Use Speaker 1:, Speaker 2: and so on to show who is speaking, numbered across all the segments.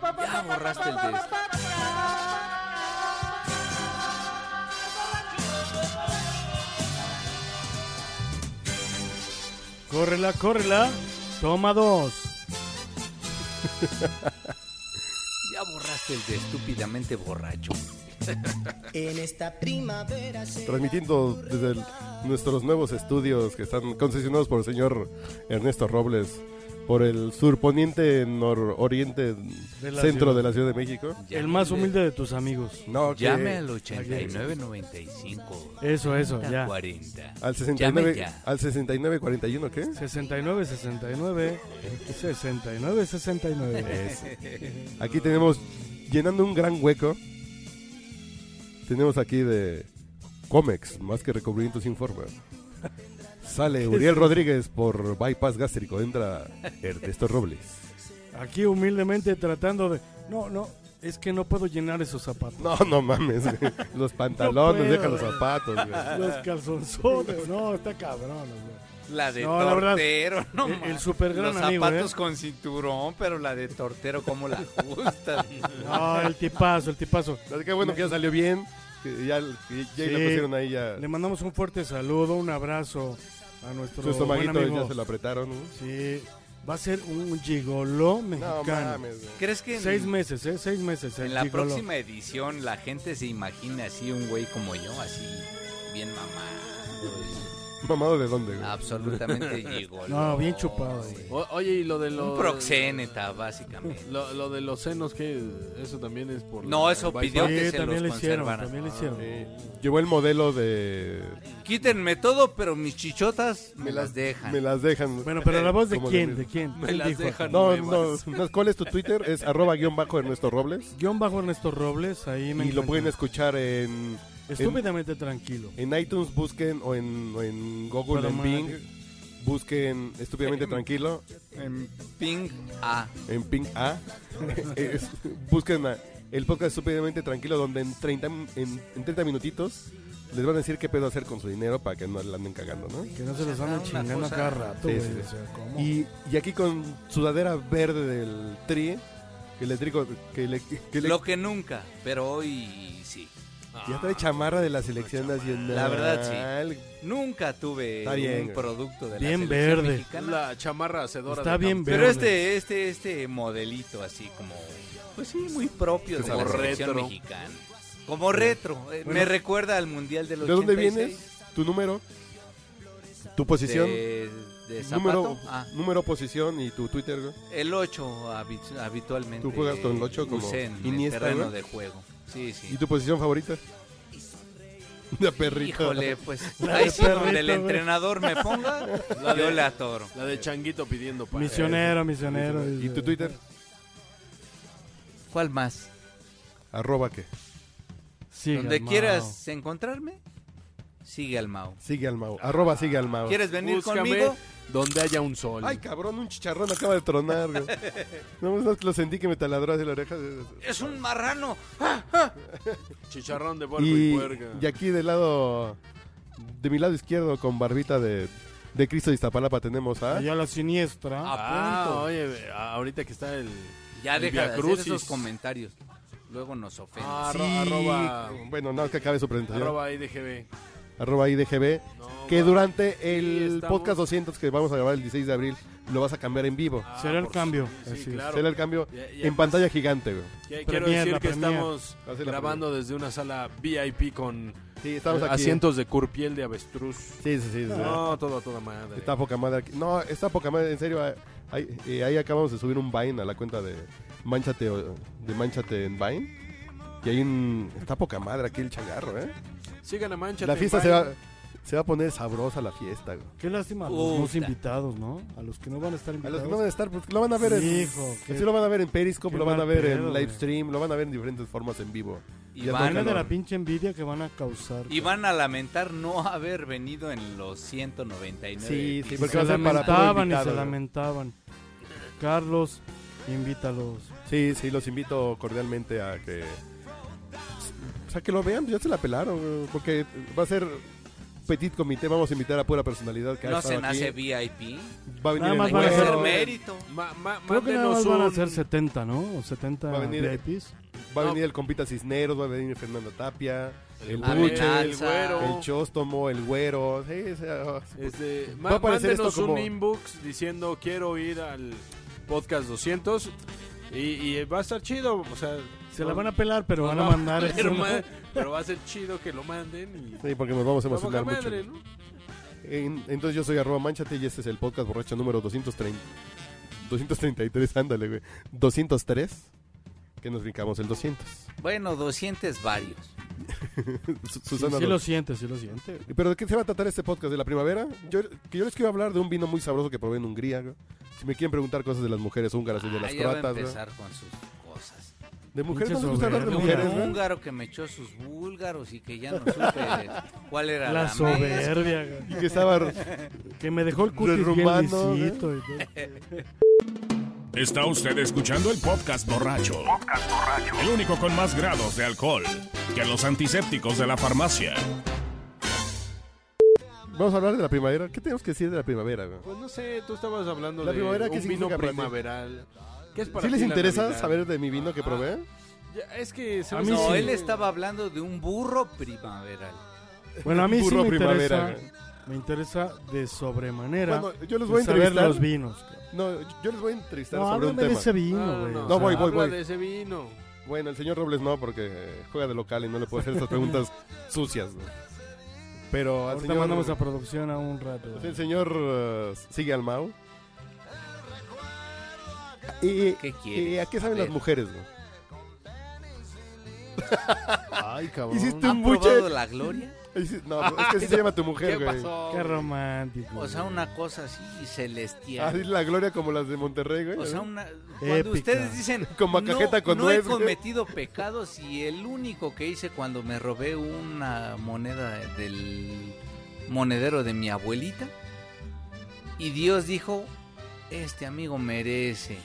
Speaker 1: ya borraste el test.
Speaker 2: Córrela, córrela. Toma dos.
Speaker 1: Ya borraste el de estúpidamente borracho.
Speaker 3: En esta primavera se
Speaker 4: Transmitiendo desde el- nuestros nuevos estudios que están concesionados por el señor Ernesto Robles, por el surponiente nororiente
Speaker 2: De la
Speaker 4: centro
Speaker 2: ciudad.
Speaker 4: de la Ciudad de México.
Speaker 2: el más humilde de tus amigos.
Speaker 4: No, que
Speaker 1: Llame al 8995.
Speaker 2: Eso, eso, ya.
Speaker 1: 40.
Speaker 4: al 69
Speaker 1: Llame ya.
Speaker 4: al 6941, ¿qué?
Speaker 2: 69, 69. 69, 69.
Speaker 4: Aquí tenemos llenando un gran hueco. Tenemos aquí de Comex, más que recubrimientos informa. Sale Uriel Rodríguez por bypass gástrico, entra Ernesto Robles.
Speaker 2: Aquí humildemente tratando de. No, no, es que no puedo llenar esos zapatos.
Speaker 4: No, no mames, güey. Los pantalones,
Speaker 2: No puedo,
Speaker 4: deja los
Speaker 2: güey.
Speaker 4: zapatos, güey.
Speaker 2: Los calzonzones. No, está cabrón. güey.
Speaker 1: La de
Speaker 2: No, la verdad,
Speaker 1: tortero, no
Speaker 2: el- el
Speaker 1: mames.
Speaker 2: supergran
Speaker 1: Los
Speaker 2: amigo,
Speaker 1: zapatos
Speaker 2: ¿eh?
Speaker 1: con cinturón, pero la de tortero, ¿cómo la gusta?
Speaker 2: No, el tipazo, el tipazo.
Speaker 4: Así que bueno que ya salió bien. Que ya que ya le
Speaker 2: Sí.
Speaker 4: pusieron ahí ya.
Speaker 2: Le mandamos un fuerte saludo, un abrazo a nuestro
Speaker 4: Su
Speaker 2: buen
Speaker 4: estomaguito
Speaker 2: amigo.
Speaker 4: ya se lo apretaron. güey.
Speaker 2: Sí, va a ser un gigoló
Speaker 4: No
Speaker 2: mexicano.
Speaker 4: mames, güey.
Speaker 1: ¿Crees que en,
Speaker 2: Seis meses, ¿eh? Seis meses. el
Speaker 1: en la
Speaker 2: gigoló.
Speaker 1: próxima edición la gente se imagina así un güey como yo, así bien mamado? y
Speaker 4: Mamado de dónde,
Speaker 1: Ah.
Speaker 4: güey.
Speaker 1: Absolutamente llegó.
Speaker 2: No, bien chupado.
Speaker 5: O- oye, y lo de
Speaker 1: Un
Speaker 5: los.
Speaker 1: proxéneta, básicamente.
Speaker 5: Lo, lo de los senos, que eso también es por.
Speaker 1: No,
Speaker 5: el
Speaker 1: eso
Speaker 5: bypass.
Speaker 1: pidió
Speaker 2: Sí,
Speaker 1: que se los Ah,
Speaker 2: también le hicieron,
Speaker 1: conservaran.
Speaker 2: también le hicieron.
Speaker 4: Sí. Llevó el modelo de.
Speaker 1: Quítenme todo, pero mis chichotas me, las dejan.
Speaker 4: Me las dejan.
Speaker 2: Bueno, pero la voz de
Speaker 4: Como
Speaker 2: quién,
Speaker 4: de-
Speaker 2: de quién.
Speaker 5: Me
Speaker 2: ¿Quién
Speaker 5: las
Speaker 2: dijo?
Speaker 5: dejan.
Speaker 4: No, no,
Speaker 5: nuevas.
Speaker 4: no, ¿Cuál es tu Twitter? Es arroba guión bajo Ernesto Robles.
Speaker 2: Guión bajo Ernesto Robles, ahí me
Speaker 4: Y lo
Speaker 2: encuentran.
Speaker 4: pueden escuchar en,
Speaker 2: Estúpidamente tranquilo.
Speaker 4: en iTunes, busquen o en, o en Google,
Speaker 2: Pero Eh,
Speaker 4: en
Speaker 2: madre.
Speaker 4: Bing. Busquen estúpidamente
Speaker 1: Em.
Speaker 4: tranquilo
Speaker 1: En ping A.
Speaker 4: en Ping A. Es- busquen a- el podcast estúpidamente tranquilo donde en 30, en, en 30 minutitos les van a decir qué pedo hacer con su dinero para que no la anden cagando, ¿no?
Speaker 2: Que no se los
Speaker 1: Una
Speaker 2: andan chingando a
Speaker 1: cosa-
Speaker 2: cada rato,
Speaker 4: Sí,
Speaker 2: güey.
Speaker 4: sí, sí.
Speaker 2: o sea, ¿cómo?
Speaker 4: Y, y aquí con sudadera verde del Tri, que le trigo, que le, que le-
Speaker 1: Lo que nunca, pero hoy sí.
Speaker 4: ya trae chamarra de la selección nacional.
Speaker 1: La verdad, Nunca tuve
Speaker 4: Está bien,
Speaker 1: un
Speaker 4: güey.
Speaker 1: producto de la
Speaker 2: Bien
Speaker 1: selección
Speaker 2: verde.
Speaker 1: mexicana.
Speaker 5: La chamarra hacedora.
Speaker 2: Está
Speaker 5: de
Speaker 2: bien
Speaker 5: campeón.
Speaker 1: Pero este,
Speaker 2: Verde.
Speaker 1: este, este modelito así como, pues sí, muy propio de
Speaker 4: Como
Speaker 1: la selección
Speaker 5: retro.
Speaker 1: mexicana. Como retro. eh, Me
Speaker 4: Bueno.
Speaker 1: recuerda al Mundial del
Speaker 4: ¿De dónde
Speaker 1: 86.
Speaker 4: vienes? ¿Tu número? ¿Tu posición?
Speaker 1: De, de Zapato.
Speaker 4: número,
Speaker 1: Ah,
Speaker 4: número, posición y tu Twitter, güey.
Speaker 1: el 8 habit- habitualmente.
Speaker 4: ¿Tú juegas con el ocho como
Speaker 1: usé en
Speaker 4: Iniesta,
Speaker 1: el terreno
Speaker 4: güey?
Speaker 1: de juego. Sí, sí.
Speaker 4: ¿Y tu posición favorita? De perrito.
Speaker 1: Híjole, pues
Speaker 2: La
Speaker 1: ahí
Speaker 2: de
Speaker 1: sí donde
Speaker 2: perrito,
Speaker 1: el
Speaker 2: güey.
Speaker 1: entrenador me ponga,
Speaker 5: La
Speaker 1: yo
Speaker 5: de-
Speaker 1: le atoro.
Speaker 5: La de Changuito pidiendo para.
Speaker 2: Misionero, misionero.
Speaker 4: ¿Y
Speaker 2: dice.
Speaker 4: tu Twitter?
Speaker 1: ¿Cuál más?
Speaker 4: Arroba qué.
Speaker 2: Sigue
Speaker 1: donde
Speaker 2: al Mao.
Speaker 1: quieras encontrarme, sigue al Mao.
Speaker 4: Sigue al Mau. Arroba sigue al Mau.
Speaker 1: ¿Quieres venir
Speaker 5: Búscame
Speaker 1: conmigo?
Speaker 5: donde haya un sol.
Speaker 4: Ay, cabrón, un chicharrón acaba de tronar, güey. No, no, lo sentí que me taladró hacia la oreja.
Speaker 1: Es un marrano.
Speaker 5: Chicharrón de puerco y,
Speaker 4: Y,
Speaker 5: puerca.
Speaker 4: y aquí del lado, de mi lado izquierdo, con barbita de, de Cristo de Iztapalapa, tenemos a...
Speaker 2: Allá la siniestra.
Speaker 5: Ah,
Speaker 1: punto.
Speaker 5: oye, ve, a- ahorita que está el.
Speaker 1: Ya
Speaker 5: el
Speaker 1: deja de
Speaker 5: Via
Speaker 1: hacer
Speaker 5: Crucis.
Speaker 1: esos comentarios. Luego nos ofendes.
Speaker 5: Ah, arro-
Speaker 4: Sí,
Speaker 5: arroba,
Speaker 4: Bueno, no, que acabe su presentación. Arroba,
Speaker 5: arroba IDGB.
Speaker 4: IDGB.
Speaker 5: No,
Speaker 4: Que
Speaker 5: va.
Speaker 4: durante
Speaker 5: Sí,
Speaker 4: el
Speaker 5: estamos-
Speaker 4: podcast 200 que vamos a grabar el 16 de abril, lo vas a cambiar en vivo.
Speaker 5: Ah,
Speaker 2: Será el
Speaker 5: por
Speaker 2: cambio,
Speaker 5: su- Sí,
Speaker 2: así es.
Speaker 5: claro.
Speaker 4: Será el cambio
Speaker 5: Ya- ya,
Speaker 4: en
Speaker 5: pues,
Speaker 4: pantalla gigante, güey.
Speaker 5: ya Quiero
Speaker 2: Premier,
Speaker 5: decir
Speaker 2: la
Speaker 5: que
Speaker 2: Premier.
Speaker 5: estamos
Speaker 4: Va a ser la
Speaker 5: grabando desde una sala VIP con
Speaker 4: Sí, estamos
Speaker 5: eh,
Speaker 4: aquí.
Speaker 5: asientos de curpiel de avestruz.
Speaker 4: Sí, sí, sí. sí.
Speaker 5: No, todo a toda madre.
Speaker 4: Está poca madre aquí. No, está poca madre, en serio. ah, Ahí, eh, ahí acabamos de subir un Vine a la cuenta de Manchate, o- de Manchate en Vine. Y hay un... Está poca madre aquí el changarro, ¿eh?
Speaker 5: Sigan a Mancha.
Speaker 4: La fiesta se va, se va a poner sabrosa la fiesta, güey.
Speaker 2: Qué lástima a
Speaker 1: Puta.
Speaker 2: los dos invitados, ¿no? A los que no van a estar
Speaker 4: A
Speaker 2: invitados.
Speaker 4: los que no van a estar, pues lo van a ver en...
Speaker 2: Hijo, qué-
Speaker 4: Así lo van a ver en Periscope,
Speaker 2: qué
Speaker 4: lo van a
Speaker 2: mal
Speaker 4: ver
Speaker 2: pedo,
Speaker 4: en
Speaker 2: güey.
Speaker 4: live stream, lo van a ver en diferentes formas en vivo.
Speaker 1: y,
Speaker 4: ya
Speaker 1: van,
Speaker 4: toca
Speaker 2: Habla de
Speaker 4: calor.
Speaker 2: la pinche envidia que van a causar.
Speaker 1: y van a lamentar no haber venido en los 199.
Speaker 4: Sí, sí,
Speaker 2: Y
Speaker 1: episodios.
Speaker 4: porque
Speaker 2: se
Speaker 4: va a ser para todo
Speaker 2: lamentaban y
Speaker 4: invitado,
Speaker 2: se
Speaker 4: ¿no?
Speaker 2: lamentaban. Carlos, invítalos.
Speaker 4: Sí, sí, los invito cordialmente a pues, que... O sea, que lo vean, ya se la pelaron, güey, porque va a ser... petit comité, vamos a invitar a pura personalidad que ha
Speaker 1: No
Speaker 4: estado
Speaker 1: se
Speaker 4: aquí.
Speaker 1: nace VIP.
Speaker 4: Va a venir
Speaker 2: Nada
Speaker 4: el
Speaker 2: más
Speaker 1: Hay
Speaker 2: van a
Speaker 1: que
Speaker 4: güero,
Speaker 1: hacer
Speaker 2: ser-
Speaker 1: mérito.
Speaker 5: Ma- ma-
Speaker 2: Creo que nada más
Speaker 5: mándenos
Speaker 2: van a
Speaker 5: un-
Speaker 2: ser 70, ¿no? O 70
Speaker 4: Va a venir-
Speaker 2: VIPs.
Speaker 4: va a venir el compita Cisneros, va a venir Fernanda Tapia, el
Speaker 1: Ah,
Speaker 4: Buche,
Speaker 1: Amenaza.
Speaker 4: el, el Chóstomo, el Güero. sí, ah, o sea,
Speaker 5: Este,
Speaker 4: Va
Speaker 5: ma-
Speaker 4: a aparecer esto
Speaker 5: mándenos
Speaker 4: como-
Speaker 5: un inbox diciendo quiero ir al podcast 200 y, y va a estar chido, o sea,
Speaker 2: Se
Speaker 5: no-
Speaker 2: la van a pelar, pero
Speaker 5: nos
Speaker 2: van a
Speaker 5: va-
Speaker 2: mandar
Speaker 5: pero,
Speaker 2: eso, ¿no?
Speaker 5: ma- pero va a ser chido que lo manden y
Speaker 4: sí, porque nos vamos a
Speaker 5: Va a
Speaker 4: emocionar
Speaker 5: poca
Speaker 4: mucho.
Speaker 5: madre, ¿no?
Speaker 4: En- entonces yo soy arroba manchate y este es el podcast borracho número 230, 233, ándale, güey. 203, que nos brincamos el 200.
Speaker 1: Bueno, 200 varios.
Speaker 2: Sí,
Speaker 4: Su- Susana
Speaker 2: sí
Speaker 4: Ro-
Speaker 2: lo siente, sí lo siente.
Speaker 4: ¿Pero de qué se va a tratar este podcast? ¿De la primavera? Yo, que yo les quiero hablar de un vino muy sabroso que probé en Hungría. güey. Si me quieren preguntar cosas de las mujeres húngaras y de
Speaker 1: Ah,
Speaker 4: las
Speaker 1: ya va a
Speaker 4: croatas. güey.
Speaker 1: empezar con sus cosas.
Speaker 4: ¿De mujeres no
Speaker 2: Pinche
Speaker 4: les gusta hablar de
Speaker 2: soberbia.
Speaker 4: mujeres?
Speaker 1: un
Speaker 4: güey?
Speaker 1: húngaro que me echó sus búlgaros y que ya no supe cuál era la,
Speaker 2: La
Speaker 1: mezcla.
Speaker 2: soberbia, güey.
Speaker 4: Y que estaba
Speaker 2: que me dejó el cutis bien
Speaker 4: Rumano,
Speaker 2: lisito. y todo.
Speaker 6: Está usted escuchando el podcast borracho. El único con más grados de alcohol que los antisépticos de la farmacia.
Speaker 4: Vamos a hablar de la primavera. ¿Qué tenemos que decir de la primavera? güey?
Speaker 5: Pues no sé, tú estabas hablando
Speaker 4: La
Speaker 5: de
Speaker 4: primavera, ¿qué
Speaker 5: un vino
Speaker 4: significa para ti?
Speaker 5: primaveral. ¿Qué es para
Speaker 4: ¿Sí
Speaker 5: ti
Speaker 4: les
Speaker 5: la
Speaker 4: interesa
Speaker 5: Navidad?
Speaker 4: saber de mi vino que
Speaker 5: Ah,
Speaker 4: probé?
Speaker 5: Ya, es que se
Speaker 2: A
Speaker 5: me
Speaker 2: mí
Speaker 5: hace-
Speaker 1: No,
Speaker 2: sí.
Speaker 1: él estaba hablando de un burro primaveral.
Speaker 2: Bueno, a mí sí
Speaker 4: Burro
Speaker 2: me
Speaker 4: primavera,
Speaker 2: interesa, me interesa de sobremanera
Speaker 4: Bueno, yo les voy a
Speaker 2: de saber
Speaker 4: entrevistar.
Speaker 2: los vinos. cabrón.
Speaker 4: No, yo les voy a entrevistar
Speaker 2: No,
Speaker 4: sobre un
Speaker 2: háblame de
Speaker 4: tema.
Speaker 2: ese vino,
Speaker 5: Ah,
Speaker 2: güey.
Speaker 4: No,
Speaker 2: o
Speaker 4: voy,
Speaker 2: sea,
Speaker 4: voy.
Speaker 5: Habla de ese vino.
Speaker 4: Bueno, el señor Robles no, porque juega de local y no le puedo hacer estas preguntas sucias. güey. Pero al
Speaker 2: Ahorita
Speaker 4: señor, pues,
Speaker 2: mandamos a producción a un rato.
Speaker 4: el señor eh, sigue al Mau. Y,
Speaker 1: ¿Qué
Speaker 4: y
Speaker 1: quieres?
Speaker 4: ¿A qué saben
Speaker 1: A
Speaker 4: las
Speaker 1: ver,
Speaker 4: mujeres? güey?
Speaker 5: Ay, cabrón.
Speaker 4: Hiciste
Speaker 1: ¿Han
Speaker 4: un buche.
Speaker 1: probado la gloria?
Speaker 4: Hici- No, es que así se llama tu mujer,
Speaker 5: ¿Qué
Speaker 4: güey.
Speaker 5: pasó?
Speaker 2: Qué romántico.
Speaker 1: O sea,
Speaker 2: güey.
Speaker 1: una cosa así celestial.
Speaker 4: Así Ah, la gloria como las de Monterrey, güey.
Speaker 1: O sea,
Speaker 4: ¿no?
Speaker 1: una, cuando
Speaker 2: Épica.
Speaker 1: ustedes dicen
Speaker 4: Como a cajeta
Speaker 1: no,
Speaker 4: con
Speaker 1: no he
Speaker 4: nuez, güey".
Speaker 1: cometido pecados y el único que hice cuando me robé una moneda del monedero de mi abuelita y Dios dijo este amigo merece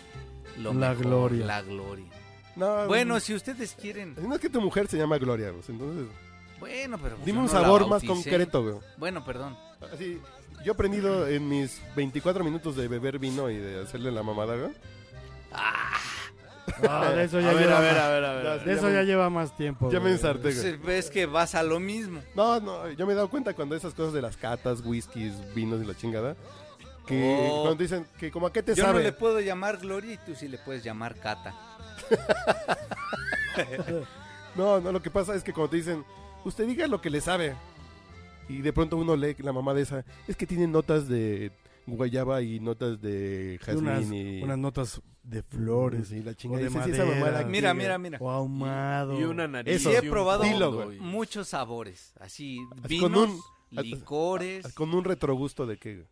Speaker 1: lo
Speaker 2: La
Speaker 1: mejor,
Speaker 2: gloria.
Speaker 1: la gloria.
Speaker 4: No,
Speaker 1: Bueno, si ustedes quieren,
Speaker 4: no es que tu mujer se llama Gloria, güey. Entonces,
Speaker 1: bueno, pero pues
Speaker 4: dime
Speaker 1: yo
Speaker 4: un
Speaker 1: no la
Speaker 4: sabor más
Speaker 1: bauticé.
Speaker 4: concreto, güey.
Speaker 1: Bueno, perdón.
Speaker 4: Así, yo he aprendido en mis 24 minutos de beber vino y de hacerle la mamada, güey.
Speaker 2: Ah, de eso
Speaker 5: A
Speaker 2: ya
Speaker 5: ver,
Speaker 2: lleva
Speaker 5: a ver,
Speaker 2: más-
Speaker 5: a ver, a ver.
Speaker 2: de eso ya lleva más tiempo.
Speaker 4: Ya me
Speaker 2: güey.
Speaker 4: ensarté, güey.
Speaker 1: Pues, Es que vas a lo mismo.
Speaker 4: No, no, yo me he dado cuenta cuando esas cosas de las catas, whiskies, vinos y la chingada, que
Speaker 1: Oh.
Speaker 4: cuando dicen que como a qué te
Speaker 1: Yo no
Speaker 4: sabe.
Speaker 1: le puedo llamar Gloria y tú sí le puedes llamar Cata.
Speaker 4: No, no, lo que pasa es que cuando te dicen, usted diga lo que le sabe. Y de pronto uno lee la mamá de esa, es que tiene notas de guayaba y notas de
Speaker 2: Y unas,
Speaker 4: jazmín y...
Speaker 2: unas notas de flores
Speaker 4: y la
Speaker 2: o
Speaker 4: chingada.
Speaker 2: de
Speaker 4: Dices, "Sí, esa
Speaker 2: madera".
Speaker 4: mamada aquí,
Speaker 1: Mira,
Speaker 4: güey".
Speaker 1: mira, mira.
Speaker 2: o ahumado.
Speaker 5: Y una nariz.
Speaker 4: Eso.
Speaker 5: y
Speaker 1: Sí, he
Speaker 5: un
Speaker 1: probado
Speaker 5: fondo,
Speaker 4: güey.
Speaker 5: güey.
Speaker 1: muchos sabores, así,
Speaker 4: Así
Speaker 1: vinos,
Speaker 4: con un-
Speaker 1: licores,
Speaker 4: Con un retrogusto de qué. güey.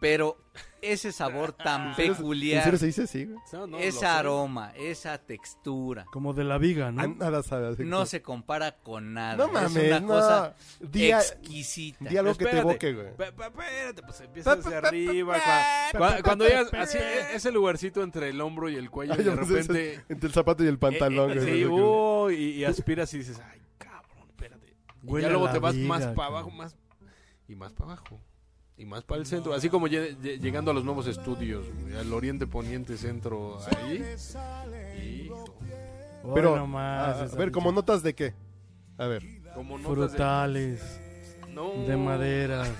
Speaker 1: pero ese sabor tan
Speaker 4: serio- ¿En
Speaker 1: peculiar,
Speaker 4: serio se dice así? güey?
Speaker 5: No, Ah. no, lo
Speaker 1: ese
Speaker 5: sé.
Speaker 1: aroma, esa textura,
Speaker 2: Como de la viga, ¿no?
Speaker 4: Ah, Nada sabe. así
Speaker 1: no
Speaker 4: como-
Speaker 1: se compara con nada.
Speaker 4: No mames,
Speaker 1: es una
Speaker 4: no.
Speaker 1: cosa
Speaker 4: Di a-
Speaker 1: exquisita.
Speaker 4: di algo que te
Speaker 5: Espérate,
Speaker 4: evoque, güey.
Speaker 5: pa- pa- Espérate, pues empieza desde arriba. cua- cua- Cuando llegas así, e- ese lugarcito entre el hombro y el cuello, y
Speaker 4: Ay, yo
Speaker 5: de
Speaker 4: pensé,
Speaker 5: repente.
Speaker 4: Entre el zapato y el pantalón,
Speaker 5: eh, eh,
Speaker 4: güey.
Speaker 5: sí,
Speaker 4: Así que-
Speaker 5: uy, y, y aspiras y dices, ay, cabrón, espérate. Y
Speaker 2: Huele
Speaker 5: ya
Speaker 2: a
Speaker 5: luego
Speaker 2: la
Speaker 5: te vas
Speaker 2: vida,
Speaker 5: más
Speaker 2: cabrón.
Speaker 5: para abajo, más. Y más para abajo. Y más para el centro. Así como lle- lle- llegando a los nuevos estudios, güey, al oriente, poniente, centro, ahí. Y
Speaker 2: Hoy
Speaker 4: Pero,
Speaker 2: nomás,
Speaker 4: a, a
Speaker 2: esa
Speaker 4: ver, como
Speaker 2: pinche-
Speaker 4: notas de qué. A ver.
Speaker 5: como notas de-
Speaker 2: Frutales,
Speaker 5: No.
Speaker 2: de maderas.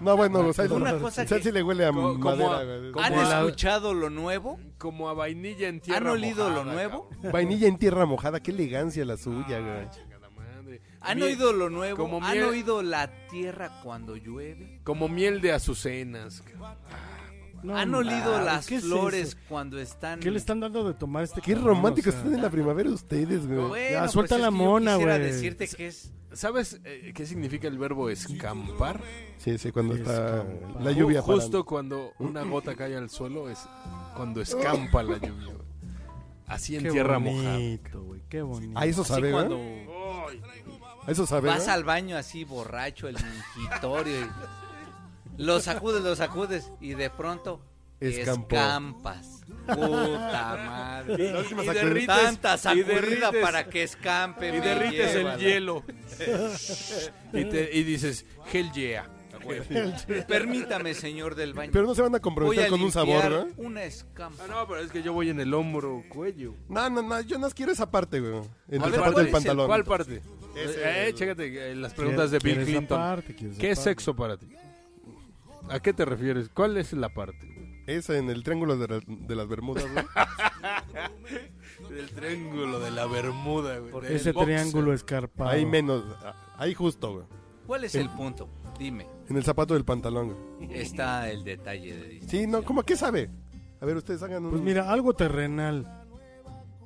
Speaker 4: No, bueno, o sea,
Speaker 1: Una
Speaker 4: no,
Speaker 1: cosa
Speaker 4: o sea,
Speaker 1: que-
Speaker 4: sí le huele a
Speaker 5: Co- como
Speaker 4: madera,
Speaker 5: a-
Speaker 4: güey.
Speaker 5: como
Speaker 1: ¿Han
Speaker 5: Como la-
Speaker 1: escuchado lo nuevo?
Speaker 5: Como a vainilla en tierra.
Speaker 1: ¿Han olido
Speaker 5: mojada,
Speaker 1: lo nuevo?
Speaker 5: cabrón.
Speaker 4: Vainilla en tierra mojada, qué elegancia la suya, güey.
Speaker 5: Ah, chingada madre.
Speaker 1: ¿Han
Speaker 5: Miel-
Speaker 1: oído lo nuevo?
Speaker 5: como
Speaker 1: ¿Han
Speaker 5: miel-
Speaker 1: oído la tierra cuando llueve?
Speaker 5: Como miel de azucenas. cabrón.
Speaker 2: No,
Speaker 1: ¿Han olido
Speaker 2: mames,
Speaker 1: las
Speaker 2: ¿qué es
Speaker 1: flores
Speaker 2: eso?
Speaker 1: cuando están...
Speaker 2: ¿Qué le están dando de tomar a este
Speaker 4: Qué
Speaker 2: cabrón?
Speaker 4: románticos
Speaker 2: O sea,
Speaker 4: están en la primavera ustedes, güey.
Speaker 1: Bueno,
Speaker 2: Ya,
Speaker 1: pues
Speaker 2: suelta
Speaker 1: es
Speaker 2: la
Speaker 1: que yo
Speaker 2: mona,
Speaker 1: quisiera
Speaker 2: güey.
Speaker 1: decirte que es...
Speaker 5: ¿Sabes eh, qué significa el verbo escampar?
Speaker 4: Sí, sí, cuando
Speaker 2: Es
Speaker 4: está
Speaker 2: como-
Speaker 4: la lluvia
Speaker 5: Ju- Justo
Speaker 4: parando.
Speaker 5: cuando una gota cae al suelo es cuando escampa la lluvia. güey. Así en
Speaker 2: qué
Speaker 5: tierra mojada.
Speaker 2: bonito, güey, Qué bonito.
Speaker 4: A eso
Speaker 1: Así
Speaker 4: sabe,
Speaker 1: cuando
Speaker 4: ¿verdad? A eso sabe,
Speaker 1: vas
Speaker 4: ¿verdad?
Speaker 1: al baño así borracho, el mingitorio, y lo sacudes, lo sacudes y de pronto
Speaker 4: Escampó.
Speaker 1: Escampas. Puta madre.
Speaker 5: Lástima
Speaker 1: Y
Speaker 5: sacar-
Speaker 1: derrites, tanta
Speaker 5: y
Speaker 1: sacudida
Speaker 5: derrites-
Speaker 1: para que escampe.
Speaker 5: Y
Speaker 1: me
Speaker 5: derrites
Speaker 1: lleva la-
Speaker 5: el hielo. y, te- y dices, hell yeah. a huevo".
Speaker 1: Permítame, señor del baño.
Speaker 4: Pero no se van a comprometer con un sabor,
Speaker 1: limpiar
Speaker 4: ¿verdad?
Speaker 1: Una escampa.
Speaker 5: Ah, no, pero es que yo voy en el hombro, cuello.
Speaker 4: No, no, no, yo no quiero esa parte, güey. En
Speaker 5: ¿Cuál
Speaker 4: el parte
Speaker 5: parte?
Speaker 4: del pantalón.
Speaker 5: ¿Cuál parte? Eh, eh, chécate eh, las preguntas de Bill
Speaker 2: ¿Quieres esa
Speaker 5: Clinton.
Speaker 2: parte? ¿Quieres esa
Speaker 5: ¿Qué es
Speaker 2: parte?
Speaker 5: sexo para ti? ¿A qué te refieres? ¿Cuál es la parte?
Speaker 4: Esa en el triángulo de, la- de las Bermudas, güey.
Speaker 5: El triángulo de la Bermuda, güey.
Speaker 2: Ese triángulo escarpado.
Speaker 4: Ahí menos, ah, ahí justo, güey.
Speaker 1: ¿Cuál es el punto? Dime.
Speaker 4: En el zapato del pantalón, güey.
Speaker 1: Está el detalle de distinción.
Speaker 4: Sí, no, ¿cómo qué sabe? A ver, ustedes hagan un...
Speaker 2: Pues mira, algo terrenal.